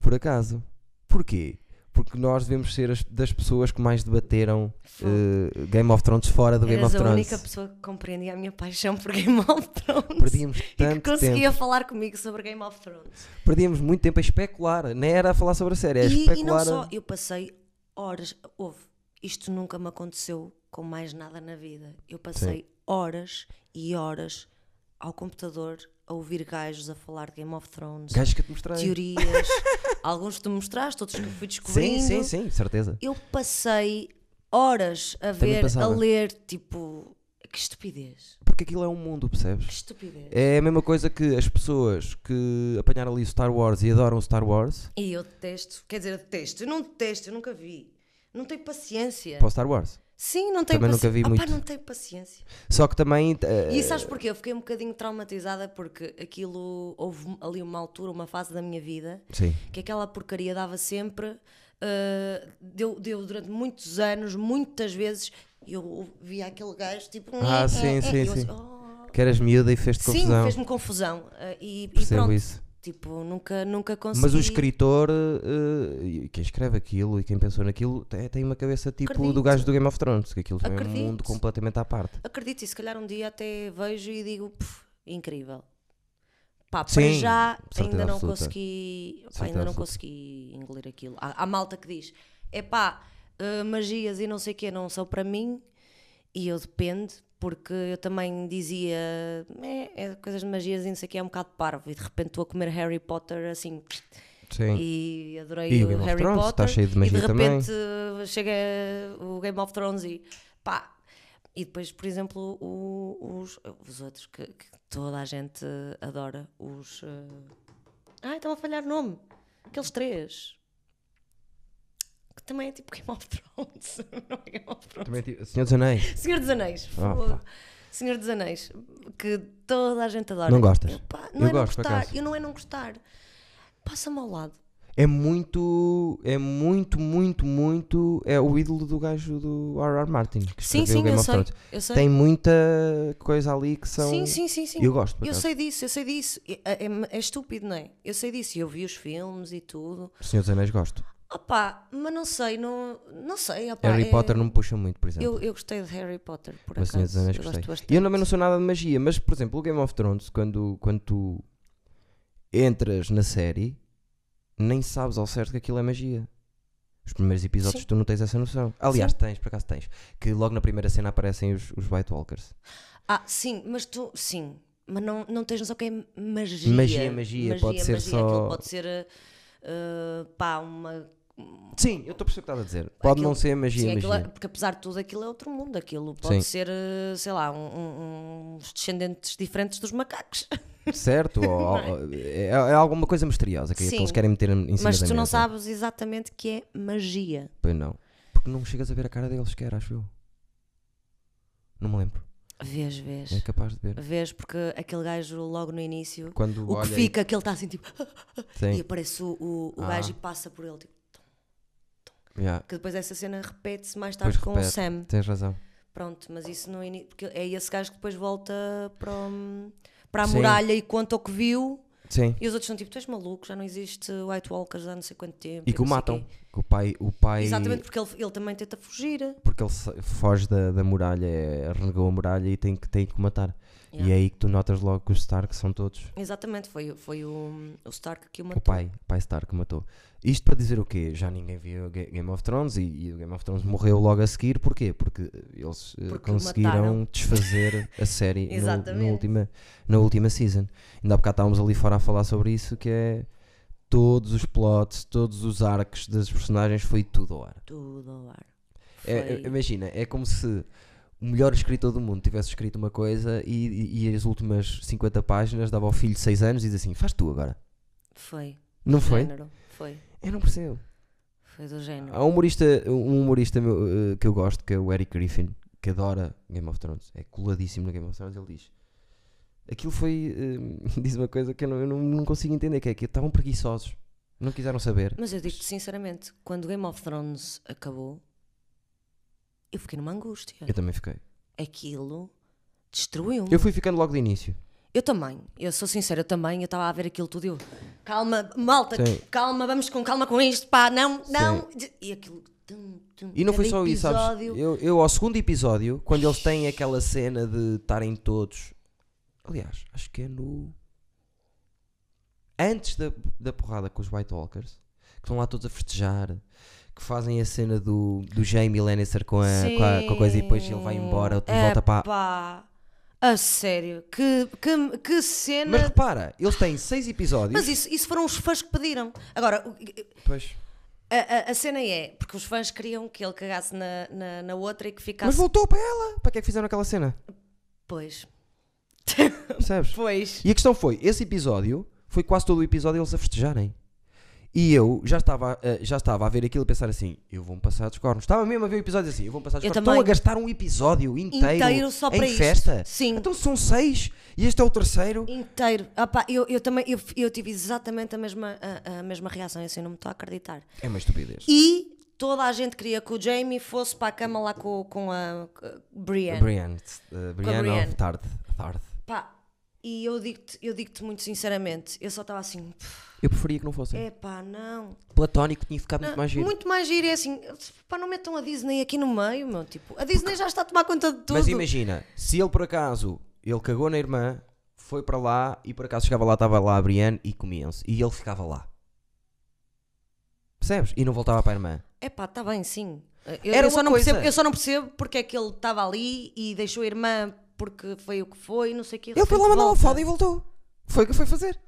por acaso. Porquê? Porque nós devemos ser as- das pessoas que mais debateram eh, Game of Thrones fora do Game
Eras
of
a
Thrones.
única pessoa que compreendia a minha paixão por Game of Thrones.
Perdíamos
e que
tanto tempo.
conseguia falar comigo sobre Game of Thrones.
Perdíamos muito tempo a especular, nem era a falar sobre a série, era
E, e não
É especular.
só, eu passei horas. Houve, isto nunca me aconteceu com mais nada na vida. Eu passei horas e horas ao computador a ouvir gajos a falar de Game of Thrones,
Gajos que eu te mostrei.
teorias. alguns que tu mostraste, outros que eu fui
Sim,
descobrindo.
sim, sim, de certeza.
Eu passei horas a
Também
ver, a
passava.
ler, tipo. Que estupidez.
Porque aquilo é um mundo, percebes?
Que estupidez.
É a mesma coisa que as pessoas que apanharam ali o Star Wars e adoram o Star Wars
E eu detesto, quer dizer, eu detesto, eu não detesto, eu nunca vi. Não tenho paciência.
para o Star Wars.
Sim, não tenho
Também nunca
paciência.
vi
Opá,
muito.
não tenho paciência.
Só que também. eh,
E sabes porquê? Eu fiquei um bocadinho traumatizada porque aquilo, houve um, ali uma altura, uma fase da minha vida,
Sim.
que aquela porcaria dava sempre, ah, deu, deu durante muitos anos, muitas vezes, eu via aquele gajo tipo.
Ah,
"Eh,
sim,
eh, eh",
sim,
e eu
sim.
assim, "Oh".
Que eras miúda e fez-te
Sim,
confusão.
fez-me confusão. ah, e, e
Percebo
pronto.
isso.
Tipo, nunca, nunca consegui.
Mas o escritor, eh, e quem escreve aquilo e quem pensou naquilo, te- tem uma cabeça tipo do
Acredito.
gajo do Game of Thrones, que aquilo também é um
Acredito.
mundo completamente à parte.
Acredito, e se calhar um dia até vejo e digo, "Puf, incrível. Pá, para
Sim,
já
certeza
ainda não
absoluta.
consegui, pá,
Certeza
ainda não
absoluta.
consegui engolir aquilo. Há, há malta que diz, é pá, magias e não sei o quê não são para mim e eu depende, porque eu também dizia, é, é coisas de magias e não sei o quê é um bocado parvo e de repente estou a comer Harry Potter assim,
Sim.
e adorei
E o
o
Game of
Harry
Thrones,
Potter.
está cheio de magia
e de
também.
repente eh, chega o Game of Thrones e pá. E depois, por exemplo, o- os, os outros que, que toda a gente eh, adora. Os. ah Ai, estava a falhar o nome. Aqueles três. Que também é tipo Game of Thrones. Não é Game of Thrones.
Também, tive- Senhor dos Anéis.
Senhor dos Anéis.
Ah,
fogo.
pá.
Senhor dos Anéis. Que toda a gente adora.
Não gostas?
Eu, pá,
Eu
não é
gosto, por
não gostar.
acaso.
Eu não é não gostar. Passa-me ao lado.
É muito, é muito, muito, muito. É o ídolo do gajo do R.R. Martin. Que
Sim,
escreveu
sim,
Game
eu
of
sei,
Thrones.
eu sei.
Tem muita coisa ali que são.
Sim, sim, sim, sim.
Eu gosto. por
Eu
acaso.
sei disso, eu sei disso. É, é- é estúpido, não é? Eu sei disso. Eu vi os filmes e tudo.
Senhor dos Anéis, gosto.
Opá, mas não sei, não, não sei. opá,
Harry
é-
Potter não me puxa muito, por exemplo.
Eu, eu gostei de Harry Potter, por
Mas Senhor dos
acaso.
Anéis
eu
gostei.
gosto bastante.
E eu também não sou nada de magia, mas por exemplo, o Game of Thrones, quando, quando tu entras na série, nem sabes ao certo que aquilo é magia. Os primeiros episódios
Sim.
tu não tens essa noção. Aliás, tens, por acaso tens. Que logo na primeira cena aparecem os, os White Walkers.
Ah, sim, mas tu, sim, mas não, não tens noção que é magia.
Magia, magia, pode ser só-
Aquilo pode ser, eh, eh, pá, uma...
Sim, eu estou a perceber o que estás a dizer. Pode
aquilo-
não ser magia,
sim, aquilo
magia.
é- porque apesar de tudo aquilo é outro mundo, aquilo pode
Sim.
ser, eh, sei lá, um- um- uns descendentes diferentes dos macacos.
Certo? Ou- ou- é, é alguma coisa misteriosa que, é que
Sim.
eles querem meter em cima
Mas
da
tu não
mesa.
sabes exatamente que é magia.
Pois não. Porque não chegas a ver a cara deles sequer, acho eu. Não me lembro.
Vês, vês.
É capaz de ver.
Vês, porque aquele gajo logo no início,
Quando
o
olha
que
e-
fica, que ele está assim tipo.
Sim,
E aparece o, o, o
Ah.
gajo e passa por ele. Tipo,
yeah,
que depois essa cena repete-se mais
Pois
tarde com o
repete.
Sam.
tens razão.
Pronto, mas isso no início. Porque é esse gajo que depois volta para, o- para a
Sim.
muralha e conta o que viu.
Sim.
E os outros são tipo: tu és maluco, já não existe White Walkers há não sei quanto tempo.
E que o
não sei
matam.
quê."
Que o pai, o pai
Exatamente, porque ele, ele também tenta fugir.
porque ele sa- foge da, da muralha, é- renegou a muralha e tem que, tem que o matar. E é aí que tu notas logo que os Stark são todos
Exatamente, foi, foi o, o Stark que o
O
matou.
pai, o pai Stark matou. Isto para dizer o quê? Já ninguém viu Ga- Game of Thrones e, e o Game of Thrones morreu logo a seguir. Porquê? Porque eh, eles eh,
Porque
conseguiram
mataram.
desfazer a série no- no,
Exatamente.
última, na última season. Ainda há bocado estávamos ali fora a falar sobre isso, que é todos os plots, todos os arcos das personagens foi tudo ao ar.
Tudo ao ar.
É- é-
Foi-
imagina, é como se o melhor escritor do mundo tivesse escrito uma coisa e, e- e as últimas 50 páginas dava ao filho de 6 anos e diz assim, faz tu agora.
Foi.
é, Não foi?
Género. Foi.
Eu não percebo.
Foi do género.
Há um humorista, um humorista meu, eh, que eu gosto, que é o Eric Griffin, que adora Game of Thrones, é coladíssimo no Game of Thrones. Ele diz: Aquilo foi. eh, diz uma coisa que eu não, eu não- não consigo entender: que é que estavam preguiçosos, não quiseram saber.
Mas eu digo-te sinceramente, quando Game of Thrones acabou, eu fiquei numa angústia.
Eu também fiquei.
Aquilo destruiu-me.
Eu
Eu...
fui ficando logo de início.
também, eu sou sincera, eu também, eu estava a ver aquilo tudo e eu, calma, malta,
Sim.
calma, vamos com calma com isto, pá, não, não. E aquilo. tum, tum,
E não foi
cada
só isso, sabes?
É episódio-
Eu, eu, ao segundo episódio, quando eles têm aquela cena de estarem todos. Aliás, acho que é no. Antes da, da porrada com os White Walkers, que estão lá todos a festejar, que fazem a cena do, do Jamie Lannister com a, É, com, a, com a coisa e depois ele vai embora e
Sim. É,
volta para.
Epá, A sério, que, que, que cena.
Mas
Mas,
repara, eles têm seis episódios.
isso, isso foram os fãs que pediram. Agora, o-
Pois.
A, a- a cena é, porque os fãs queriam que ele cagasse na, na, na outra e que
Mas
ficasse.
voltou para ela! Para que é que fizeram aquela cena?
Pois.
Percebes?
Pois.
E a questão foi, esse episódio foi quase todo o episódio eles a festejarem. E eu já estava, eh, já estava a ver aquilo e pensar assim, eu vou-me passar dos cornos. Estava mesmo a ver o episódio assim, eu vou-me passar dos
Eu
cornos.
também.
Estão a gastar um episódio inteiro,
Inteiro só para
em
isto.
festa.
Sim.
Então são seis e este é o terceiro.
Inteiro. Ah, pá, eu, eu também eu, eu tive exatamente a mesma, a, a mesma reação, assim, não me estou a acreditar.
É uma estupidez.
E toda a gente queria que o Jamie fosse para a cama lá com, com a com a Brienne.
Brienne, eh, Brienne of
Brienne.
Tarth. Tarth.
Pá, e eu digo-te eu digo muito sinceramente, eu só estava assim,
Eu preferia que não fosse.
é pá, não.
Platónico tinha ficado muito
Não,
mais giro.
Muito mais giro, é assim, pá, não metam a Disney aqui no meio, meu. Tipo, a Disney já está a tomar conta de tudo.
Mas imagina, se ele por acaso, ele cagou na irmã, foi para lá e por acaso chegava lá, estava lá a Brienne e comiam-se. E ele ficava lá. Percebes? E não voltava para a irmã.
É pá, está bem, sim. Eu,
Era
eu
uma
só não
coisa.
percebo, eu só não percebo porque é que ele estava ali e deixou a irmã porque foi o que foi, não sei o que.
Ele foi lá mandar uma foda e voltou. Foi o que foi fazer.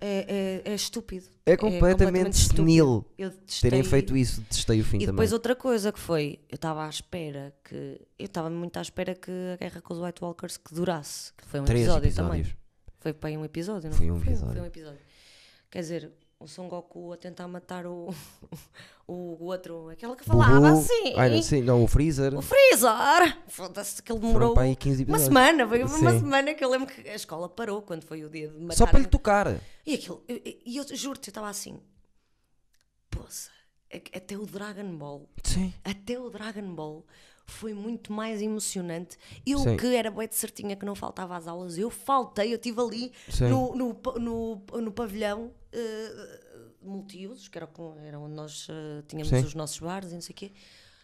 É, é, é estúpido.
É completamente
estúpido.
senil
Eu detestei.
terem feito isso. Testei o fim
E
também.
depois outra coisa que foi, eu estava à espera que. Eu estava muito à espera que a guerra com os White Walkers que durasse. Que foi um
Três
episódio
episódios.
também. Foi para aí um episódio, não
Foi um episódio.
Foi um episódio. Quer dizer, o Son Goku a tentar matar o, o outro, aquela que falava
Bubu,
assim.
ai, não, sim, não, o Freezer.
O Freezer! Foda-se que ele
Foram
demorou
para aí 15
uma
episódios.
semana. Foi uma
Sim.
semana que eu lembro que a escola parou quando foi o dia de matar.
Só para lhe tocar.
E aquilo, eu- eu- e eu, juro-te, eu estava assim. Poça, é que até o Dragon Ball,
Sim.
até o Dragon Ball foi muito mais emocionante. Eu
Sim.
que era bué de certinha que não faltava às aulas, eu faltei, eu estive ali
Sim.
no, no, pa- no, no pavilhão. eh, multiusos, que era, com- era onde nós eh, tínhamos
Sim.
os nossos bares e não sei o quê.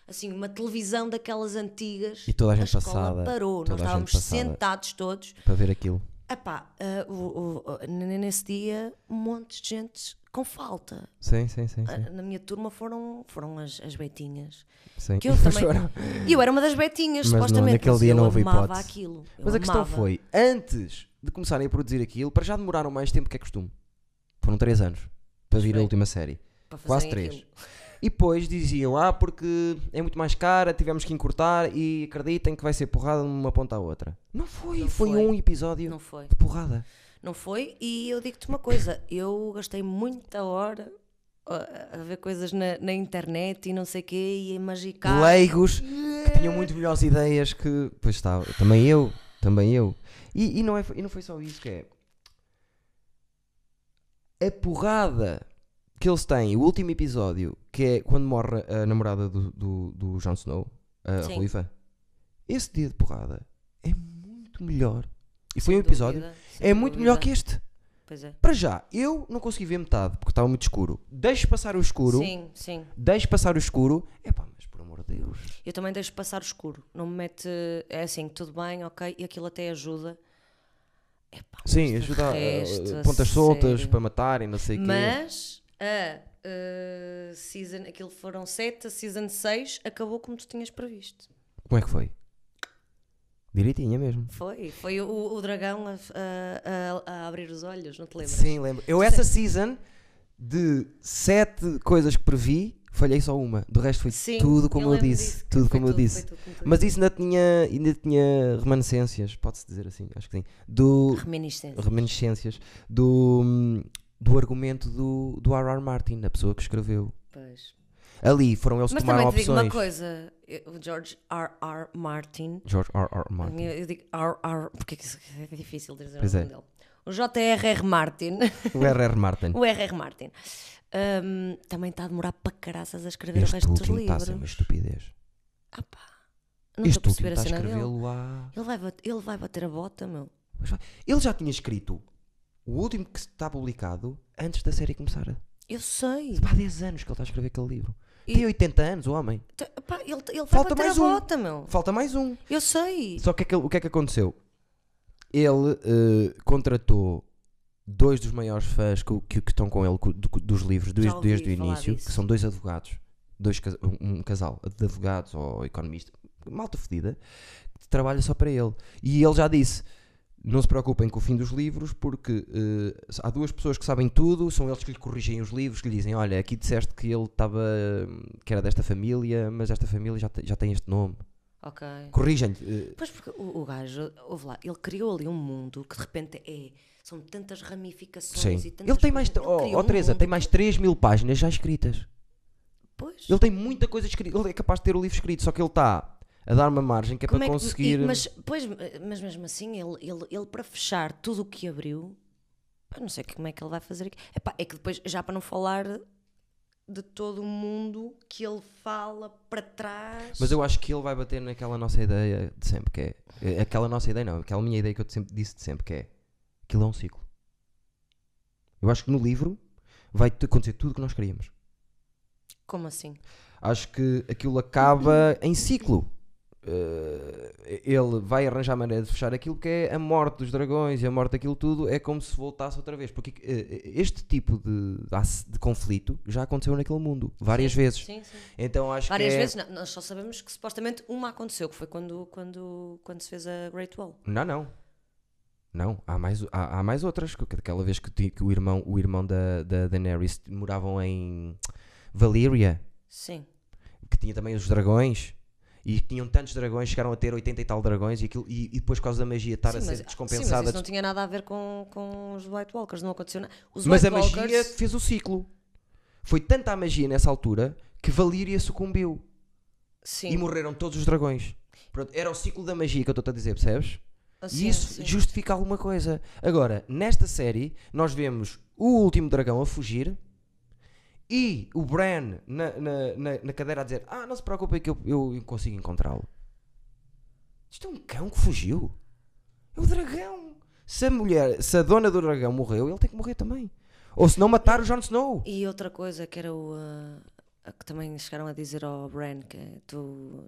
Assim, uma televisão daquelas antigas.
E toda a gente
escola
passada,
parou.
toda a
Nós
gente
estávamos
passada.
sentados todos. eh,
Para ver aquilo.
Epá, ah, o- o- o- n- nesse dia, montes de gente com falta.
Sim, sim, sim.
Ah,
sim,
Na minha turma foram, foram as, as betinhas.
sim.
Ah, Que eu também.
Chorar.
E eu era uma das betinhas,
Mas não,
supostamente.
naquele
mas
dia
eu
não houve
amava
hipótese.
aquilo. Eu
Mas a questão
amava.
foi, antes de começarem a produzir aquilo, para já demoraram mais tempo que é costume. Foram 3 anos para vir a
bem.
última série.
Para fazerem
Quase 3.
aquilo.
E depois diziam, ah, porque é muito mais cara, tivemos que encurtar e acreditem que vai ser porrada de uma ponta à outra. Não foi,
Não
foi,
foi.
um episódio
Não foi.
de porrada.
Não foi? E eu digo-te uma coisa: eu gastei muita hora a, a ver coisas na, na internet e não sei o quê e a magicar.
Leigos que tinham muito melhores ideias que. Pois está, também eu, também eu. E, e não, é, e não foi só isso que é. A porrada que eles têm, o último episódio, que é quando morre a namorada do, do, do Jon Snow, a
Sim.
Ruiva. Esse dia de porrada é muito melhor. E foi
Sem
um episódio.
dúvida, sem
É muito melhor que
dúvida.
este.
Pois é.
Para já, eu não consegui ver metade porque estava muito escuro. Deixo passar o escuro.
Sim, sim.
Deixo passar o escuro. Epá, mas por amor de Deus.
Eu também deixo passar o escuro. Não me mete. É assim, tudo bem, ok. E aquilo até ajuda. Epá, mas
Sim,
de
ajuda a-
resto,
a-
a
pontas soltas
sério.
para matarem, não sei o quê.
Mas a uh, season, aquilo foram 7, a season 6 acabou como tu tinhas previsto.
Como é que foi? Direitinha mesmo.
Foi, foi o, o dragão a, a- a- a abrir os olhos, não te lembras?
Sim, lembro. Eu essa season de sete coisas que previ, falhei só uma. Do resto foi
Sim,
tudo como eu,
lembro
disse.
disso, que
Tudo
foi
como eu
foi
disse.
tudo como tu
Mas isso ainda tinha, ainda tinha remanescências, pode-se dizer assim, acho que sim. Do,
disseste. Reminiscência.
remanescências do, do argumento do, do R.R. Martin, da pessoa que escreveu.
Pois.
Ali foram eles que
Mas também
tomaram
te digo uma
opções.
coisa: eu- o George R.R. Martin
George R.R. Martin.
Eu, eu digo R.R. porque é que isso é difícil dizer
Pois
o nome dele. O J.R.R. Martin,
O R.R. Martin.
o R.R. Martin, hum, também está a demorar para caraças a escrever o
Este
resto dos
último está a
livros.
ser uma estupidez.
Ah pá, não estou a
este
perceber
último
a
está a
cena dele.
escrevê-lo há.
Ele vai, bat- ele vai bater a bota, meu.
Mas vai- Ele já tinha escrito o último que está publicado antes da série começar. Tipo,
Eu sei.
Há 10 anos que ele está a escrever aquele livro.
E-
Tem 80 anos, o homem.
Tá- pá, ele, ele vai
Falta
bater a
mais um.
bota, meu.
Falta mais um.
Eu sei.
Só que é que ele- o que é que aconteceu? Ele eh, contratou dois dos maiores fãs que, o- que- que estão com ele co- do- dos livros desde,
ouvi
desde o
falar
início,
disso.
que são dois advogados, dois, cas- um- um casal de advogados ou economista, malta fedida, que trabalha só para ele. E ele já disse: não se preocupem com o fim dos livros, porque eh, há duas pessoas que sabem tudo, são eles que lhe corrigem os livros, que lhe dizem: olha, aqui disseste que ele estava, hum, que era desta família, mas esta família já, te- já tem este nome.
Ok.
Corrigem-lhe. eh,
Pois porque o, o gajo, ouve lá, ele criou ali um mundo que de repente é. São tantas ramificações
Sim.
e tantas
Ele tem mais.
coisas.
ó
criou
ó,
um
Teresa,
mundo.
tem mais 3 mil páginas já escritas.
Pois.
Ele tem muita coisa escrita. Ele é capaz de ter o livro escrito, só que ele está a dar uma margem que é
Como
para
é que-
conseguir.
e- mas, pois, mas mesmo assim, ele, ele, ele para fechar tudo o que abriu, eu não sei como é que ele vai fazer aqui. Epá, é que depois, já para não falar de todo o mundo que ele fala para trás.
Mas eu acho que ele vai bater naquela nossa ideia de sempre, que é. eh, Aquela nossa ideia não, aquela minha ideia que eu sempre disse de sempre, que é. Aquilo é um ciclo. Eu acho que no livro vai te- acontecer tudo o que nós queríamos.
Como assim?
Acho que aquilo acaba em ciclo. Eh, ele vai arranjar maneira de fechar aquilo que é a morte dos dragões e a morte daquilo tudo. É como se voltasse outra vez. Porque eh, este tipo de, de ass- de conflito já aconteceu naquele mundo várias vezes.
Sim, sim.
Então acho
Várias
que. é-
vezes, não, nós só sabemos que supostamente uma aconteceu, que foi quando, quando, quando se fez a Great Wall.
Não, não. Não, há mais, há, há mais outras. que- que Aquela vez que, ti- que o irmão, o irmão da, da Daenerys moravam em Valyria,
Sim.
que tinha também os dragões. E que tinham tantos dragões, chegaram a ter 80 e tal dragões e, aquilo, e, e depois, por causa da magia estar
Sim,
a ser
mas- Sim, mas
descompensada.
isso não tinha nada a ver com, com os White Walkers, não aconteceu nada. Os
Mas a
White
magia
Walkers,
fez o ciclo. Foi tanta a magia nessa altura que Valíria sucumbiu
sim,
e morreram todos os dragões. Pronto, era o ciclo da magia que eu estou a dizer, percebes?
assim,
e isso
sim.
justifica alguma coisa. Agora, nesta série, nós vemos o último dragão a fugir e o Bran na, na, na- na cadeira a dizer: Ah, não se preocupem que eu, eu consigo encontrá-lo. Isto é um cão que fugiu. É o dragão. Se a mulher, se a dona do dragão morreu, ele tem que morrer também. Ou se não matar o Jon Snow.
E outra eh, coisa que era o. ah, a que também chegaram a dizer ao Bran que é, tu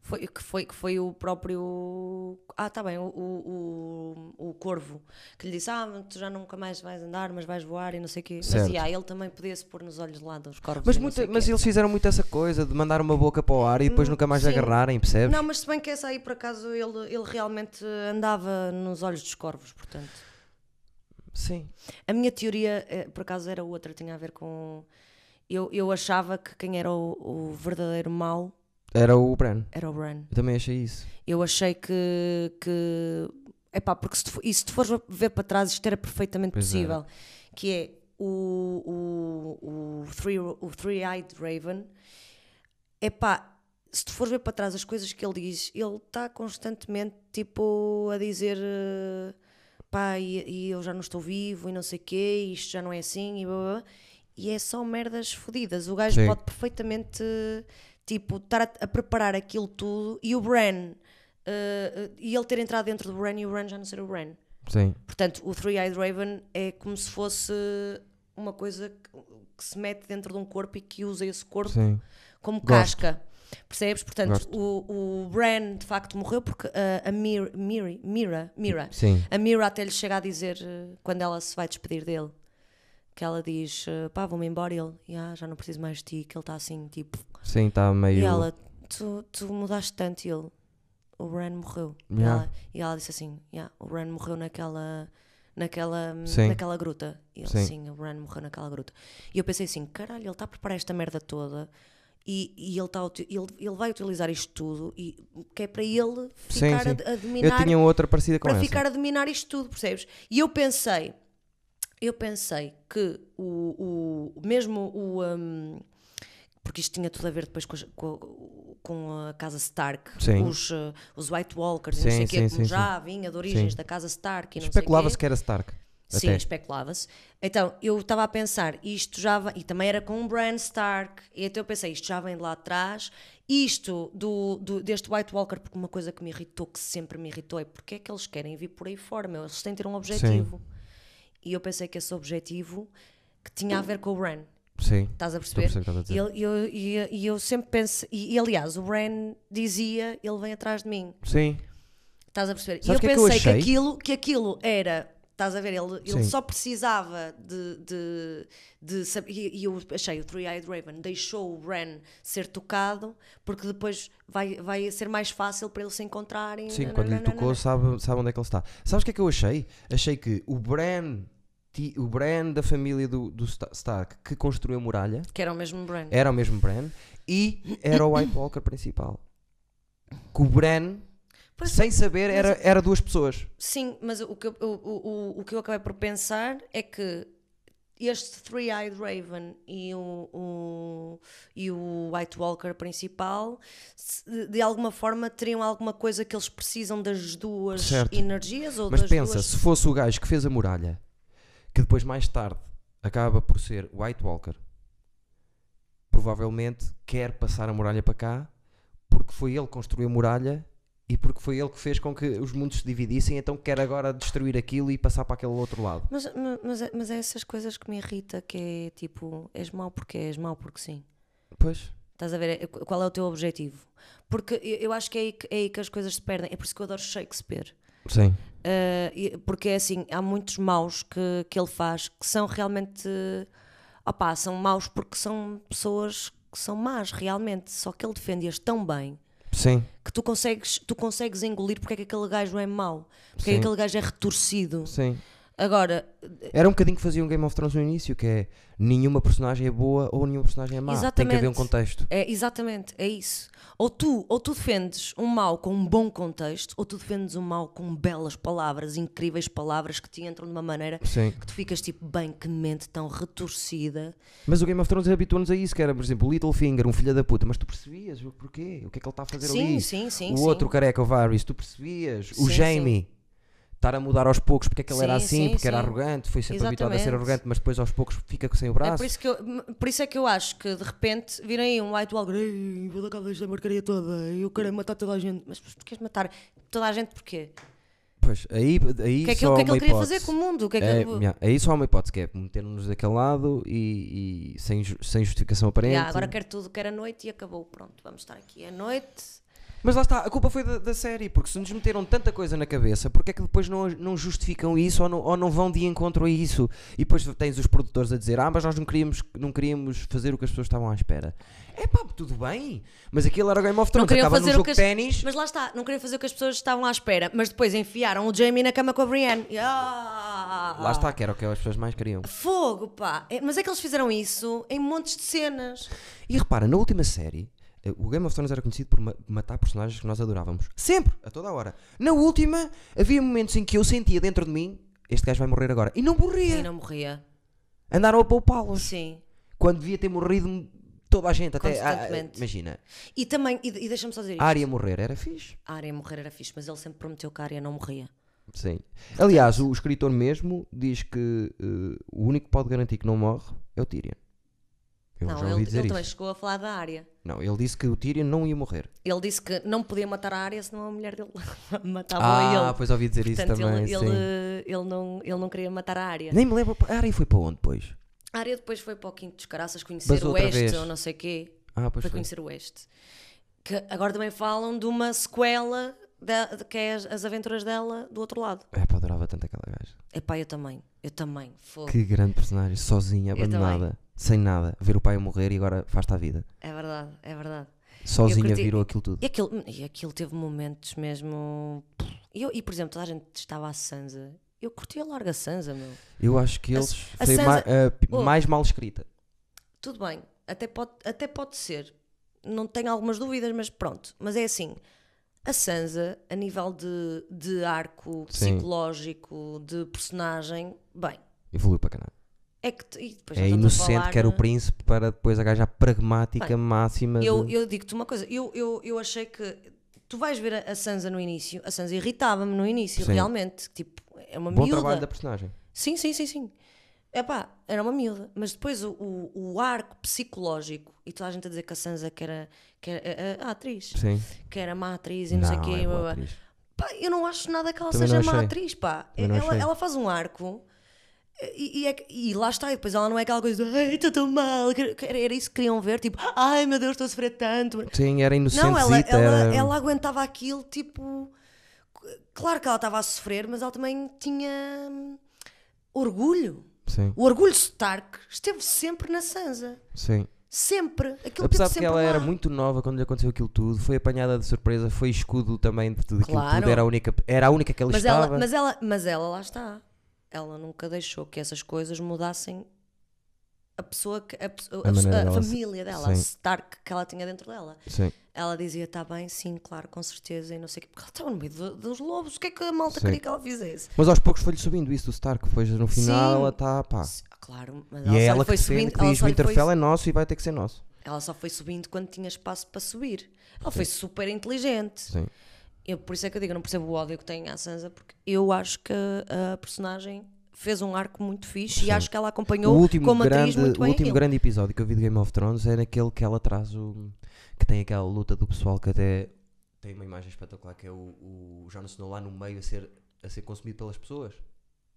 Foi, que, foi, que foi o próprio. Ah, tá bem, o, o, o, o Corvo, que lhe disse: Ah, mas tu já nunca mais vais andar, mas vais voar e não sei o quê.
Certo.
Mas e, ah, ele também podia-se pôr nos olhos de lado dos corvos.
Mas,
e não
muita-
sei o
mas
quê.
eles fizeram muito essa coisa de mandar uma boca para o ar e depois nunca mais
sim.
agarrarem, percebes?
Não, mas se bem que essa aí, por acaso, ele, ele realmente andava nos olhos dos corvos, portanto.
Sim.
A minha teoria, eh, por acaso, era outra, tinha a ver com. Eu, eu achava que quem era o, o verdadeiro mau
Era o Bran.
era o Bran.
Eu também achei isso.
Eu achei que. que epá, porque se tu, fo- e se tu fores ver para trás, isto era perfeitamente
Pois
possível. Que é o, o, o, three, o Three-Eyed Raven. Epá, se tu fores ver para trás as coisas que ele diz, ele está constantemente tipo a dizer. eh, Pá, e, e eu já não estou vivo e não sei o quê, e isto já não é assim e blá, blá, blá. E é só merdas fodidas. O gajo
Sim.
pode perfeitamente tipo, estar a, a preparar aquilo tudo e o Bran eh, eh, e ele ter entrado dentro do Bran e o Bran já não ser o Bran.
Sim.
Portanto, o Three-Eyed Raven é como se fosse uma coisa que, que se mete dentro de um corpo e que usa esse corpo
Sim.
como
Gosto.
casca. Percebes? Portanto,
Gosto.
o, o Bran de facto morreu porque eh, a Mir, Miri- Mira, Mira,
Sim.
a Mira até lhe chega a dizer eh, quando ela se vai despedir dele que ela diz eh, pá, vou-me embora. E ele, "Ya, já não preciso mais de ti. Que ele está assim, tipo,
Sim, está meio.
e ela, tu, tu mudaste tanto. E ele, o Bran morreu. E
Yeah.
ela- E, ela, disse assim, "Yeah, o Bran morreu naquela, naquela,
Sim.
naquela gruta. E ele,
Sim.
sim. o Bran morreu naquela gruta. E eu pensei assim, caralho, ele está a preparar esta merda toda. E, e ele, tá, a uti- ele, ele vai utilizar isto tudo e que é para ele ficar
sim.
A, a
Eu
dominar
tinha outra parecida com
para
essa.
ficar a dominar isto tudo, percebes? E eu pensei, eu pensei que o, o mesmo o. hum, porque isto tinha tudo a ver depois com, as- com- com a casa Stark,
Sim.
os, eh, os White Walkers, e não
Sim,
sei o
sim,
quê, como
sim,
já vinha de origens
Sim.
da casa Stark e não
Especulava-se
sei o quê.
que era Stark.
Sim,
Até.
especulava-se. Então, eu estava a pensar, isto já vem, e também era com um Bran Stark, e então eu pensei, isto já vem de lá atrás, isto do, do- deste White Walker, porque uma coisa que me irritou, que sempre me irritou, é porque é que eles querem vir por aí fora, meu, eles têm de ter um objetivo. E eu pensei que esse objetivo, que tinha a ver com o Bran,
Sim.
estás a
Estou a
perceber?
perceber o que estás a
E ele- e
dizer.
eu, e eu- e eu sempre penso, e, e aliás, o Bran dizia, ele vem atrás de mim,
Sim.
Estás a perceber? E
Sabes
eu
o que é que eu
pensei que,
achei?
aquilo, que aquilo era. Estás a ver? Ele, ele
Sim.
só precisava de. de, de saber, e, e eu achei o Three-Eyed Raven deixou o Bran ser tocado porque depois vai, vai ser mais fácil para eles se encontrarem.
Sim,
nananana.
quando lhe tocou, sabe, sabe onde é que ele está. Sabes o que é que eu achei? Achei que o Bran, ti- o Bran da família do, do Sta- Stark que construiu a muralha
Que era o mesmo Bran.
era o mesmo Bran e era o White Walker principal. Que o Bran,
Pois-
sem saber, era, era duas pessoas.
Sim, mas o que, eu- o, o, o- o que eu acabei por pensar é que este Three-Eyed Raven e o, o- e o White Walker principal, se- de alguma forma, teriam alguma coisa que eles precisam das duas
Certo.
energias ou
Mas
das
pensa,
duas.
se fosse o gajo que fez a muralha, que depois mais tarde acaba por ser White Walker, provavelmente quer passar a muralha para cá porque foi ele que construiu a muralha e porque foi ele que fez com que os mundos se dividissem, então quer agora destruir aquilo e passar para aquele outro lado.
Mas, mas, mas, é- mas é essas coisas que me irrita, que é tipo, és mau porque és mau porque sim.
Pois.
Estás a ver? É- Qual é o teu objetivo? Porque eu eu acho que é aí que, é aí que as coisas se perdem. É por isso que eu adoro Shakespeare.
Sim.
Uh, e- porque é assim, há muitos maus que, que ele faz que são realmente opá, são maus porque são pessoas que são más realmente, só que ele defende-as tão bem
Sim.
que tu consegues, tu consegues engolir porque é que aquele gajo é mau, porque é
Sim.
que aquele gajo é retorcido.
Sim.
Agora,
Era um bocadinho que fazia um Game of Thrones no início, que é nenhuma personagem é boa ou nenhuma personagem é má. Tem que haver um
Exatamente.
contexto.
é exatamente, é isso. Ou tu, ou tu defendes um mau com um bom contexto, ou tu defendes um mau com belas palavras, incríveis palavras que te entram de uma maneira
Sim.
que tu ficas tipo, bem que mente tão retorcida.
Mas o Game of Thrones habitou-nos a isso, que era, por exemplo, o Littlefinger, um filho da puta, mas tu percebias o porquê, o que é que ele está a fazer
Sim,
ali.
sim, sim. É
o
sim.
outro careca, o Varys, tu percebias. o
Sim,
Jamie, estar a mudar aos poucos porque é que ele era
Sim,
assim,
sim,
porque era
sim.
arrogante, foi sempre habituado a ser
Exatamente.
arrogante, mas depois aos poucos fica sem o
É
braço.
por isso, que eu, m- por isso é que eu acho que de repente virem aí um White Walker, "Ei, vou dar cabo desta porcaria toda, eu quero é matar toda a gente. Mas tu queres matar toda a gente porquê?
Pois, aí, aí
O que é que, ele- o que é
só há
que
uma
ele queria
hipótese.
fazer com o mundo? O que é que
É,
ele-
yeah, aí só há uma hipótese que é meter-nos daquele lado e, e sem, ju- sem justificação aparente.
Ya, agora quero tudo, quero a noite e acabou. Pronto, vamos estar aqui à noite.
Mas lá está, a culpa foi da, da série, porque se nos meteram tanta coisa na cabeça, porque é que depois não, não justificam isso ou não, ou não vão de encontro a isso? E depois tens os produtores a dizer, ah, mas nós não queríamos, não queríamos fazer o que as pessoas estavam à espera. É pá, tudo bem, mas aquilo era o Game of
Não
Thrones,
queriam
acaba num
fazer o
jogo
que
de
as...
ténis.
Mas lá está, não queriam fazer o que as pessoas estavam à espera, mas depois enfiaram o Jamie na cama com a Brienne. E, ah!
Lá está, que era o que as pessoas mais queriam.
Fogo, pá! É- Mas é que eles fizeram isso em montes de cenas.
E repara, na última série, eh, o Game of Thrones era conhecido por ma- matar personagens que nós adorávamos. Sempre, a toda a hora. Na última, havia momentos em que eu sentia dentro de mim, este gajo vai morrer agora. E não morria.
E não morria.
Andaram a poupá-los.
Sim.
Quando devia ter morrido toda a gente. Até, a- a-
Constantemente.
imagina,
E também, e, e deixa-me só dizer isto.
a área morrer era fixe.
A Arya morrer era fixe, mas ele sempre prometeu que a Arya não morria.
Sim. Aliás, o escritor mesmo diz que eh, o único que pode garantir que não morre é o Tyrion. Eu
não,
já ouvi
ele,
dizer
ele
isso.
também chegou a falar da Arya.
Não, ele disse que o Tyrion não ia morrer.
Ele disse que não podia matar a Arya senão a mulher dele matava
ah,
ele.
pois ouvi dizer
Portanto,
isso também.
ele, eh,
sim.
ele, ele não, ele não queria matar a Arya.
Nem me lembro. A área foi para onde depois?
A Arya depois foi para o Quinto dos Caraças conhecer
Basou
o
outra
Oeste
vez.
ou não sei o quê.
Ah,
Foi
pois foi.
conhecer o Oeste. Que agora também falam de uma sequela da, de- que é as, as aventuras dela do outro lado.
É pá, adorava tanto aquela gaja.
Epá, eu também. Eu também. Fogo.
Que grande personagem, sozinha,
Oh. Eu também.
abandonada, sem nada. Ver o pai a morrer e agora faz-te a vida.
É verdade, é verdade.
Sozinha
curti-
virou aquilo tudo.
E aquilo, e aquilo teve momentos mesmo. E, eu, e por exemplo, toda a gente estava a Sansa. Eu curti a larga Sansa, meu.
Eu acho que
A-
eles
a
foi
Sansa-
ma- a pi-
Oh.
mais mal escrita.
Tudo bem, até pode, até pode ser. Não tenho algumas dúvidas, mas pronto. Mas é assim: a Sansa, a nível de, de arco
Sim.
psicológico, de personagem, bem,
Evoluiu para caralho.
é que. te- e depois
É
nós estamos a
inocente
falar,
que era o
né?
príncipe para depois a gaja pragmática
Bem,
máxima.
Eu,
de-
eu digo-te uma coisa: eu, eu, eu achei que. Tu vais ver a, a Sansa no início, a Sansa irritava-me no início,
Sim.
realmente. Tipo, é uma
Bom
miúda.
trabalho da personagem.
Sim, sim, sim, sim. Epá, era uma miúda. Mas depois o, o, o arco psicológico, e toda a gente a dizer que a Sansa que era, que era a, a- a atriz,
Sim.
que era má atriz e não, sei o quê.
é boa
blá, blá.
atriz.
Pá, eu não acho nada que ela
Também
seja
não
má
achei.
atriz, pá.
Também não
Ela,
achei.
ela faz um arco e, e é que- e lá está, e depois ela não é aquela coisa de ai, estou tão mal, que- que era era isso que queriam ver, tipo, ai meu Deus, estou a sofrer tanto.
Sim, era inocente.
Não, ela,
é.
ela, ela aguentava aquilo, tipo. c- Claro que ela estava a sofrer, mas ela também tinha hum, orgulho.
Sim,
O orgulho Stark esteve sempre na Sansa.
sim.
Sempre. Aquilo
Apesar
teve
de
sempre
que ela
lá.
era muito nova quando lhe aconteceu aquilo tudo, foi apanhada de surpresa, foi escudo também de tudo aquilo
Claro.
tudo, era a única, era a única que ela
mas,
estava.
ela, mas, ela, mas ela lá está. Ela nunca deixou que essas coisas mudassem a pessoa que a, pesso- a,
maneira
a
dela se-
família dela, a
Sim.
Stark que ela tinha dentro dela.
Sim,
Ela dizia, está bem, sim, claro, com certeza, e não sei o quê, porque ela estava no meio do- dos lobos, o que é que a malta
Sim.
queria que ela fizesse?
Mas aos poucos foi-lhe subindo isso do Stark, depois no final
Sim.
ela está, pá.
Se- ah, Claro, mas
E
ela,
é
só
ela
lhe
que,
foi
defende,
subindo,
que
ela
diz
só
o
lhe foi
Interfell é nosso e vai ter que ser nosso.
Ela só foi subindo quando tinha espaço para subir. Ela foi super inteligente.
Sim.
Eu, por isso é que eu digo, eu não percebo o ódio que tem à Sansa, porque eu acho que a, a personagem fez um arco muito fixe e acho que ela
O
acompanhou
último,
como atriz
grande,
muito
o
bem.
último
ele.
grande episódio que eu vi de Game of Thrones é naquele que ela traz o. que tem aquela luta do pessoal que até tem uma imagem espetacular que é o, o Jon Snow lá no meio a ser, a ser consumido pelas pessoas.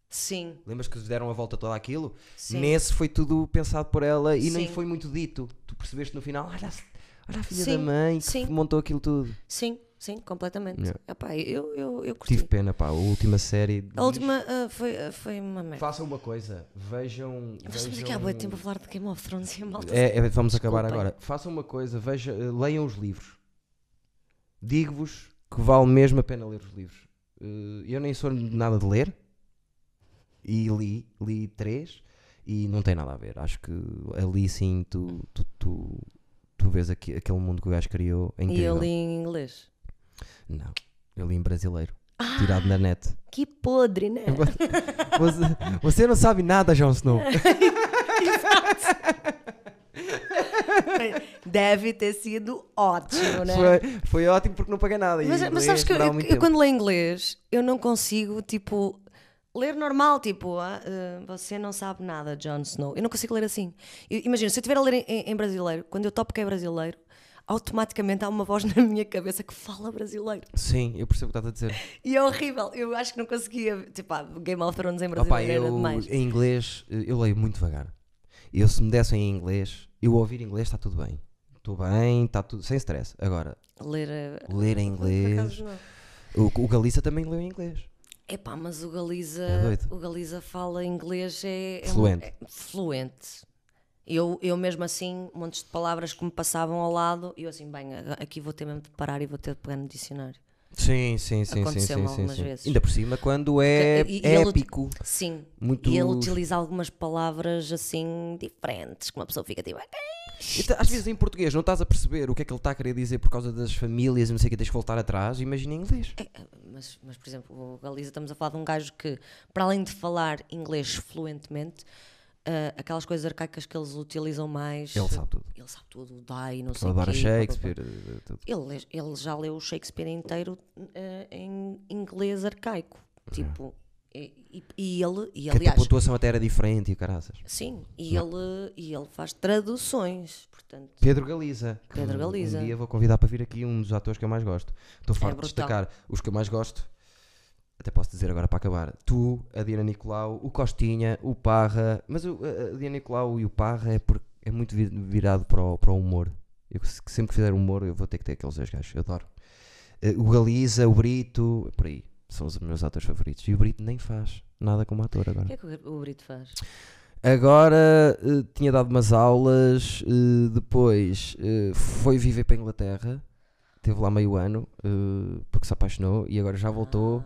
Sim,
Lembras que lhes deram a volta toda aquilo?
sim.
Nesse foi tudo pensado por ela e nem
Sim.
foi muito dito. Tu percebeste no final, olha, a- olha a filha da
Sim,
mãe que
sim.
montou aquilo tudo.
Sim, sim, completamente.
Yeah.
Epá, eu, eu, eu curti.
Tive pena, pá, a última série.
A última ah, foi, ah, foi uma merda.
Façam uma coisa, vejam.
Nós estamos aqui há
um-
muito tempo a falar de Game of Thrones e a malta.
É, é, vamos acabar
Desculpem.
agora. Façam uma coisa, veja, eh, leiam os livros. Digo-vos que vale mesmo a pena ler os livros. Eh, eu nem sou nada de ler e li, li três e não tem nada a ver. Acho que ali sim tu, tu, tu, tu vês aqui, aquele mundo que o gajo criou é
E
incrível.
eu li em inglês.
Não, eu li em brasileiro,
Ah!
tirado na net.
Que podre,
É
né?
Você, você não sabe nada, Jon Snow.
Deve ter sido ótimo, né?
Foi, foi ótimo porque não paguei nada. e
Mas, mas
inglês
sabes que eu,
durava
eu-
muito
eu
tempo.
quando leio inglês, eu não consigo, tipo, ler normal, tipo, ah, ah, você não sabe nada, Jon Snow. Eu não consigo ler assim. Eu- Imagina, se eu estiver a ler em, em- em brasileiro, quando eu topo que é brasileiro, automaticamente há uma voz na minha cabeça que fala brasileiro.
Sim, eu percebo o que estás a dizer.
E é horrível. Eu acho que não conseguia, tipo, ah, Game of Thrones em brasileiro era
Opa, eu
demais.
em inglês eh, eu leio muito devagar. Eu se me dessem em inglês, eu ouvir inglês está tudo bem. Estou bem, está tudo sem stress. Agora,
Ler, eh,
ler em
por
inglês.
acaso não.
O, o Galiza também leu em inglês.
Epá, mas o Galiza,
É doido.
o Galiza fala inglês é, é um-
Fluente.
é fluente. Eu, eu mesmo assim, montes de palavras que me passavam ao lado, e eu assim, bem, a- aqui vou ter mesmo de parar e vou ter de pegar no dicionário.
Sim, sim, sim, sim,
Aconteceu-me
sim, sim,
algumas
sim.
vezes.
Ainda por cima, quando é
E- e ele-
épico.
Sim.
Muito-
E ele utiliza algumas palavras assim diferentes, que uma pessoa fica tipo, "Ok."
Então, Às vezes em português não estás a perceber o que é que ele está a querer dizer por causa das famílias e não sei o que, tens que voltar atrás. Imagina em inglês.
ah." mas, mas, por exemplo, o Galiza, estamos a falar de um gajo que, para além de falar inglês fluentemente, ah, aquelas coisas arcaicas que eles utilizam mais.
Ele sabe tudo.
Ele sabe tudo, o die, não sei
Ele
o quê,
adora
blá, blá, blá.
Shakespeare. eh, tudo.
Ele, lê- ele já leu o Shakespeare inteiro eh, em inglês arcaico. Tipo, e, e- e ele, e
Que é tipo a tua
aliás,
pontuação até era diferente e o caraças.
sim, e ele, e ele faz traduções, portanto.
Pedro Galiza. que
Pedro
um-
Galiza. É
Um dia vou convidar para vir aqui um dos atores que eu mais gosto. Estou farto de
brutal.
destacar os que eu mais gosto. Até posso dizer agora para acabar. Tu, a Diana Nicolau, o Costinha, o Parra. Mas o, a a Diana Nicolau e o Parra é, por, é muito vi- virado para o, para o humor. Eu se- sempre que fizer humor, eu vou ter que ter aqueles dois gajos. Eu adoro. Eh, O Galiza, o Brito, por aí. São os meus atores favoritos. E o Brito nem faz nada como ator agora.
O que é que o o Brito faz?
Agora eh, tinha dado umas aulas, eh, depois eh, foi viver para a Inglaterra, teve lá meio ano, eh, porque se apaixonou e agora já voltou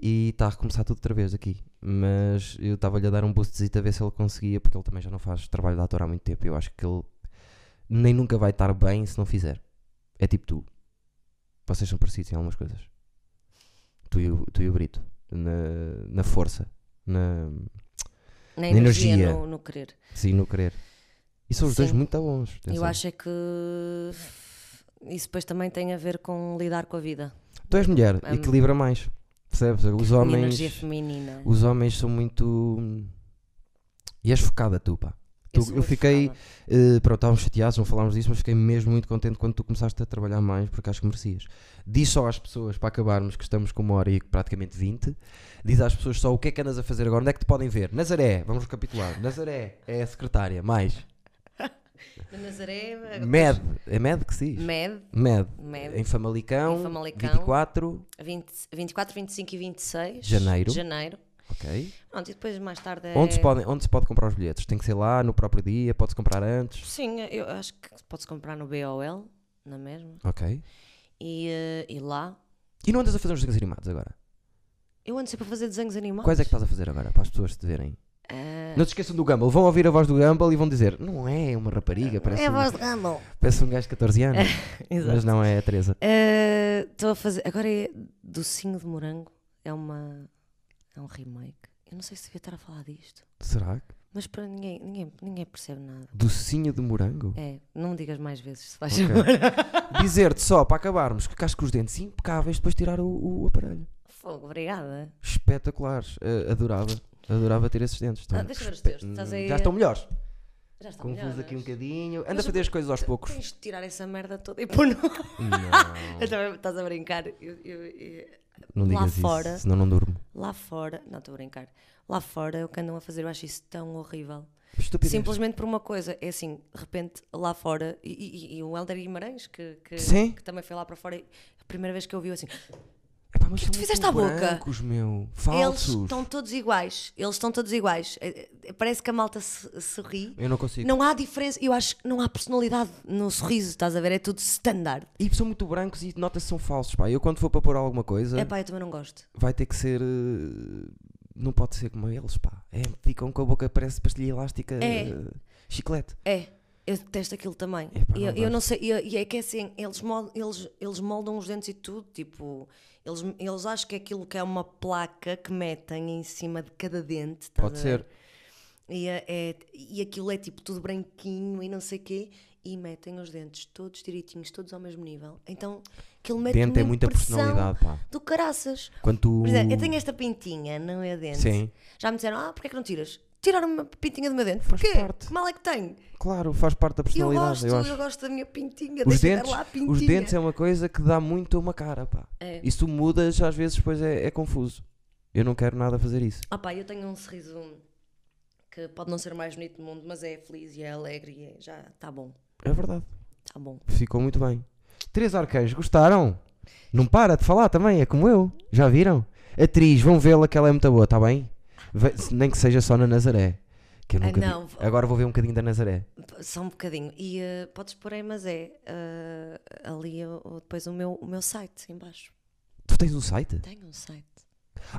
e está a recomeçar tudo outra vez aqui. Mas eu estava-lhe a dar um boostzinho a ver se ele conseguia, porque ele também já não faz trabalho de ator há muito tempo. Eu acho que ele nem nunca vai estar bem se não fizer. É tipo tu. Vocês são parecidos em algumas coisas. Tu e o, tu e o Brito. Na, na força. Na,
Ah, na energia,
energia.
No, no querer.
Sim, no querer. E são os dois
Sim.
muito bons.
Eu
atenção.
acho é que isso depois também tem a ver com lidar com a vida.
Tu és mulher,
Hum.
equilibra mais. Percebes? Os
Minha energia
homens.
feminina.
Os homens são muito. hum, E és focada tu, pá. tu-
sou
eu
muito
fiquei-
focada.
Eh, pronto, estávamos chateados, não falámos disso, mas fiquei mesmo muito contente quando tu começaste a trabalhar mais, porque acho que merecias. Diz só às pessoas, para acabarmos, que estamos com uma hora e praticamente 20, diz às pessoas só o que é que andas a fazer agora, onde é que te podem ver? Nazaré, vamos recapitular. Nazaré é a secretária, mais.
Na Nazaré, eh,
Med, é Med que se diz?
Med,
Med.
Med.
Em Famalicão,
Em Famalicão.
24,
20, 24, 25 e 26
Janeiro.
de janeiro.
ok.
Pronto, e depois mais tarde é...
Onde, se podem, onde se pode comprar os bilhetes? Tem que ser lá no próprio dia, pode-se comprar antes.
Sim, eu acho que podes comprar no BOL, na mesma.
Ok.
é E, eh, e lá.
E não andas a fazer uns desenhos animados agora?
Eu ando sempre a fazer desenhos animados.
Quais é que estás a fazer agora para as pessoas te verem?
Ah,
Não se esqueçam do Gumball, vão ouvir a voz do Gumball e vão dizer: Não é uma rapariga, parece,
é a
um,
voz de Gumball.
parece um gajo de 14 anos,
Exato.
mas não é a Teresa.
Eh, Estou a fazer. Agora é docinho de morango. É uma. É um remake. Eu não sei se devia estar a falar disto.
Será? que-
Mas para ninguém, ninguém, ninguém percebe nada.
Docinho de morango?
É, não me digas mais vezes se faz
Ok.
favor.
Dizer-te só para acabarmos que casco os dentes impecáveis depois de tirar o, o aparelho.
Fogo, obrigada.
Espetaculares, Eh, adorava, adorava ter esses dentes. Estão
Ah, deixa eu ver os teus.
espe-
Estás aí
Então, Já
a-
estão melhores.
Já está
Confuso
melhor,
aqui um
mas
bocadinho. Anda
Mas
a fazer as coisas aos poucos.
Tens de tirar essa merda toda e pôr no.
Não,
Eu também- Estás a brincar. Eu- eu- eu-
não
Lá
digas isso,
fora.
senão não durmo.
Lá fora. Não, estou a brincar. Lá fora, o que andam a fazer, eu acho isso tão horrível.
Estupidez.
Simplesmente por uma coisa, é assim, de repente lá fora, e, e- e o Helder Guimarães, que, que,
Sim.
que também foi lá para fora, e a primeira vez que eu vi assim,
Epá, mas
que tu fizeste à boca?
Brancos, meu.
eles
Falsos.
estão todos iguais, eles estão todos iguais. É- é- Parece que a malta se, se ri.
Eu não consigo.
Não há diferença, eu acho que não há personalidade no sorriso, estás a ver? É tudo standard.
E são muito brancos e nota-se são falsos, pá. Eu quando for para pôr alguma coisa,
É pá, eu também não gosto.
vai ter que ser... eh, Não pode ser como eles, pá. É, ficam com a boca, parece pastilha elástica,
É.
eh, chiclete.
É, eu detesto aquilo também.
Epá,
E eu,
É não
eu não sei, e eu- e é que é assim, eles moldam, eles, eles moldam os dentes e tudo, tipo, eles, eles acham que é aquilo que é uma placa que metem em cima de cada dente. estás
Pode
a ver?
ser.
E, é- é- e aquilo é tipo tudo branquinho e não sei quê, e metem os dentes todos direitinhos, todos ao mesmo nível. Então, aquilo mete
Dente é
uma
muita
impressão
personalidade, pá.
Do caraças.
Quando tu...
Por exemplo, é, eu tenho esta pintinha no meu dente.
Sim.
Já me disseram, ah, porquê é que não tiras? Tiraram uma pintinha do meu dente.
Faz
Porquê?
parte.
Que mal é que tenho?
Claro, faz parte da
Eu
personalidade,
gosto,
eu,
eu,
acho.
gosto da minha pintinha.
Os
deixa estar
dentes,
lá a pintinha.
os dentes é uma coisa que dá muito a uma cara, pá.
É.
E se tu mudas, às vezes depois é, é confuso. Eu não quero nada fazer isso.
Ah pá, eu tenho um sorriso que pode não ser o mais bonito do mundo, mas é feliz e é alegre e é, já está bom.
É verdade.
Está bom.
Ficou muito bem. Três arcanjos, gostaram? Não para de falar também, é como eu. Já viram? Atriz, vão vê-la que ela é muito boa, está bem? Ve- se- Nem que seja só na Nazaré. Que eu
Ah,
nunca vi.
não.
Agora vou ver um bocadinho da Nazaré.
Só um bocadinho. E eh, podes pôr aí, mas é eh, ali eu- eu- depois o meu, o meu site em baixo.
Tu tens um site?
Tenho um site.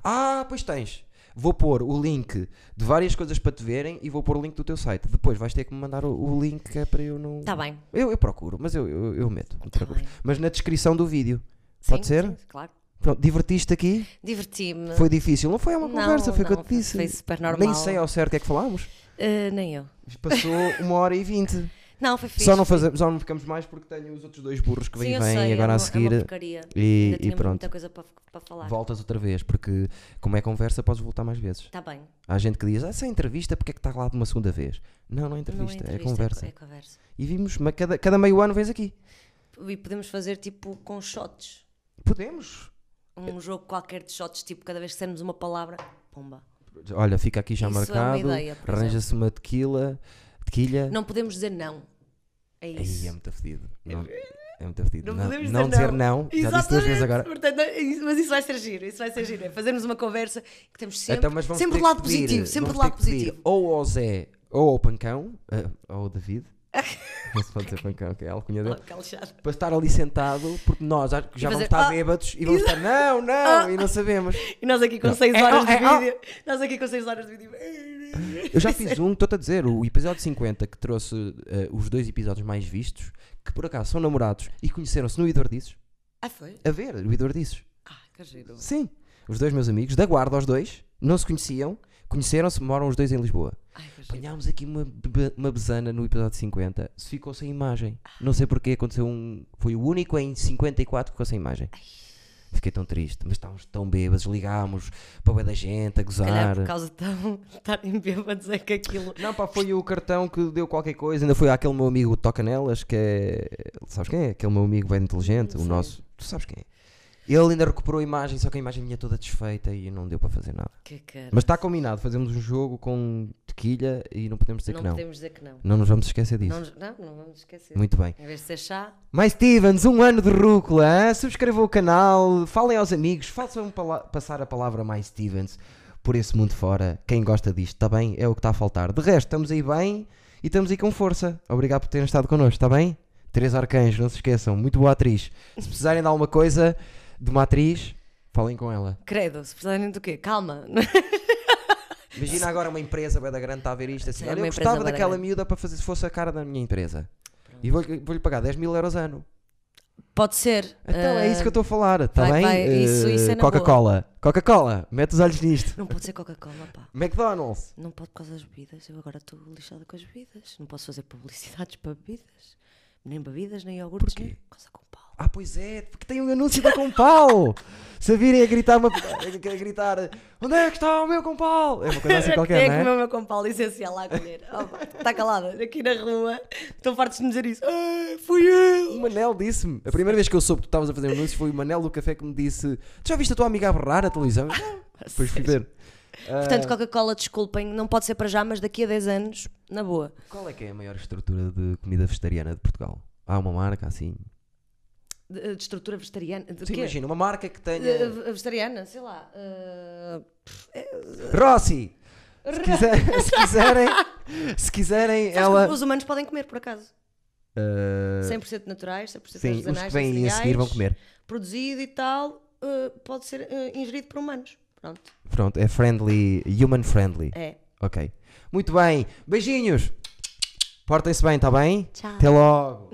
Ah, pois tens. Vou pôr o link de várias coisas para te verem e vou pôr o link do teu site. Depois vais ter que me mandar o, o link que é para eu não.
Está Tá bem.
Eu, eu procuro, mas eu, eu, eu meto. Não te
Tá
preocupes.
bem.
Mas na descrição do vídeo.
Sim,
Pode ser?
sim, claro.
Pronto, divertiste aqui?
Diverti-me.
Foi difícil? Não foi uma
Não,
conversa, foi o que eu
não,
te disse.
foi super normal.
Nem sei ao certo o que é que falámos.
Eh, nem eu.
Passou uma hora e vinte.
Não, foi fixe.
Só não, fazemos, só não ficamos mais porque tenho os outros dois burros que
Sim,
vêm
eu
vêm
sei, é
agora
uma-
a
É
seguir.
uma porcaria.
e-
Ainda
e
tínhamos
pronto.
muita coisa para, para falar.
Voltas outra vez, porque como é conversa, podes voltar mais vezes.
Está Tá bem.
Há gente que diz, ah, essa é entrevista, porque é que está lá de uma segunda vez? Não, não é
Não é
entrevista, é
entrevista,
conversa.
É conversa.
E vimos, mas cada, cada meio ano vens aqui.
E podemos fazer tipo com shots.
Podemos. É.
Um jogo qualquer de shots, tipo cada vez que dissermos uma palavra, pumba.
Olha, fica aqui já
Isso é uma
marcado.
ideia, por
Arranja-se uma tequila. Tequilha.
Não podemos dizer não. É
Aí
isso.
é muito fedido. Não, é muito fedido.
Não
Não,
podemos
não
dizer
dizer
não.
não. Já disse duas vezes agora.
Portanto, é isso- mas isso vai ser giro, isso vai ser giro. É fazermos uma conversa que temos sempre,
Então, mas vamos
sempre
ter
do lado
que pedir-
positivo, sempre do
vamos
lado
ter que pedir
positivo.
Ou ao Zé, ou ao Pancão, eh, ou ao David. Não se pode dizer Pancão, que é a alcunha
Oh,
dele.
que alexado.
Para estar ali sentado, porque nós já já vamos
fazer,
estar
"Ah,
bêbados e vamos estar não, não, e não sabemos.
E nós aqui com 6
É,
horas
oh,
de
é, oh.
vídeo. Nós aqui com 6 horas de vídeo.
Eu já fiz um, estou-te a dizer, o episódio 50 que trouxe eh, os dois episódios mais vistos, que por acaso são namorados e conheceram-se no Idordices.
Ah, foi?
A ver, o Idordices.
Ah, que giro.
Sim. Os dois meus amigos, da guarda os dois, não se conheciam, conheceram-se, moram os dois em Lisboa.
Ai, que giro.
Apanhámos aqui uma, be- uma besana no episódio 50, se ficou sem imagem. Não sei porque aconteceu um. Foi o único em 54 que ficou sem imagem. Fiquei tão triste, mas estávamos tão bêbados, ligámos para o da gente, a
Calhar
gozar.
por causa de tão- estarem bêbados é que aquilo.
Não, pá, foi o cartão que deu qualquer coisa. Ainda foi aquele meu amigo Toca Nelas, que é. Sabes quem é? Aquele meu amigo bem inteligente,
Não
o
sei.
nosso. Tu sabes quem é? Ele ainda recuperou a imagem, só que a imagem vinha toda desfeita e não deu para fazer nada.
Que cara.
Mas está combinado, fazemos um jogo com tequilha e não podemos dizer
não,
que não.
podemos dizer que não.
Não nos vamos esquecer disso.
Não, nos- não, não vamos esquecer.
Muito bem.
Em vez de ser chá,
Mais Stevens, um ano de rúcula. hã? Subscrevam o canal, falem aos amigos, façam pala- passar a palavra a mais Stevens por esse mundo fora. Quem gosta disto, está bem? É o que está a faltar. De resto, estamos aí bem e estamos aí com força. Obrigado por terem estado connosco, está bem? Teresa Arcanjo, não se esqueçam, muito boa atriz. Se precisarem de alguma coisa de uma atriz, falem com ela.
credo, se precisarem do quê? Calma.
Imagina agora uma empresa bué da grande está a ver isto assim.
Sim,
Olha,
É uma
eu
empresa
gostava
bué da
daquela
grande."
miúda para fazer se fosse a cara da minha empresa. E vou-lhe vou-lhe pagar 10 mil euros ano.
Pode ser.
Então é isso que eu estou a falar, está
Ah, vai,
bem?
vai, isso-
Eh,
isso é na
Coca-Cola. Coca-Cola, mete os olhos nisto.
ah, Não pode ser Coca-Cola, pá.
McDonald's.
Não pode por causa das bebidas. Eu agora estou lixada com as bebidas. Não posso fazer publicidades para bebidas. Nem bebidas, nem iogurtes.
Porquê?
nem Coisa com pau.
Ah, pois é, porque tem um anúncio da Compal. Se a virem a gritar, uma, a a gritar, onde é que está o meu Compal? É uma coisa assim
é
qualquer,
que
não é?
o meu com pau licencial lá a colher. Oh, pá, Está calada. Aqui na rua. Estão fartos de me dizer isso. Ah, fui
O
eu.
Manel disse-me. A primeira vez que eu soube que tu estavas a fazer um anúncio foi o Manel do café que me disse: Tu já viste a tua amiga a berrar na televisão? Depois fui ver.
Portanto, Coca-Cola, desculpem. Não pode ser para já, mas daqui a 10 anos, na boa.
Qual é que é a maior estrutura de comida vegetariana de Portugal? Há uma marca assim?
De, de estrutura vegetariana. De
Sim,
quê?
imagina, uma marca que
é? De-
tenha.
ve- vegetariana, sei lá. ah,
Rossi! Se, quiser- se quiserem, se quiserem,
sabes que
ela.
Os humanos podem comer, por acaso.
Eh,
100% naturais, 100%
sim, os que
artesanais,
vêm aí a
sem
seguir vão
cereais.
comer.
produzido e tal, eh, pode ser eh, ingerido por humanos. Pronto,
Pronto, é friendly, human friendly.
é.
Ok. Muito bem, beijinhos! Portem-se bem, está bem?
Tchau.
Até logo!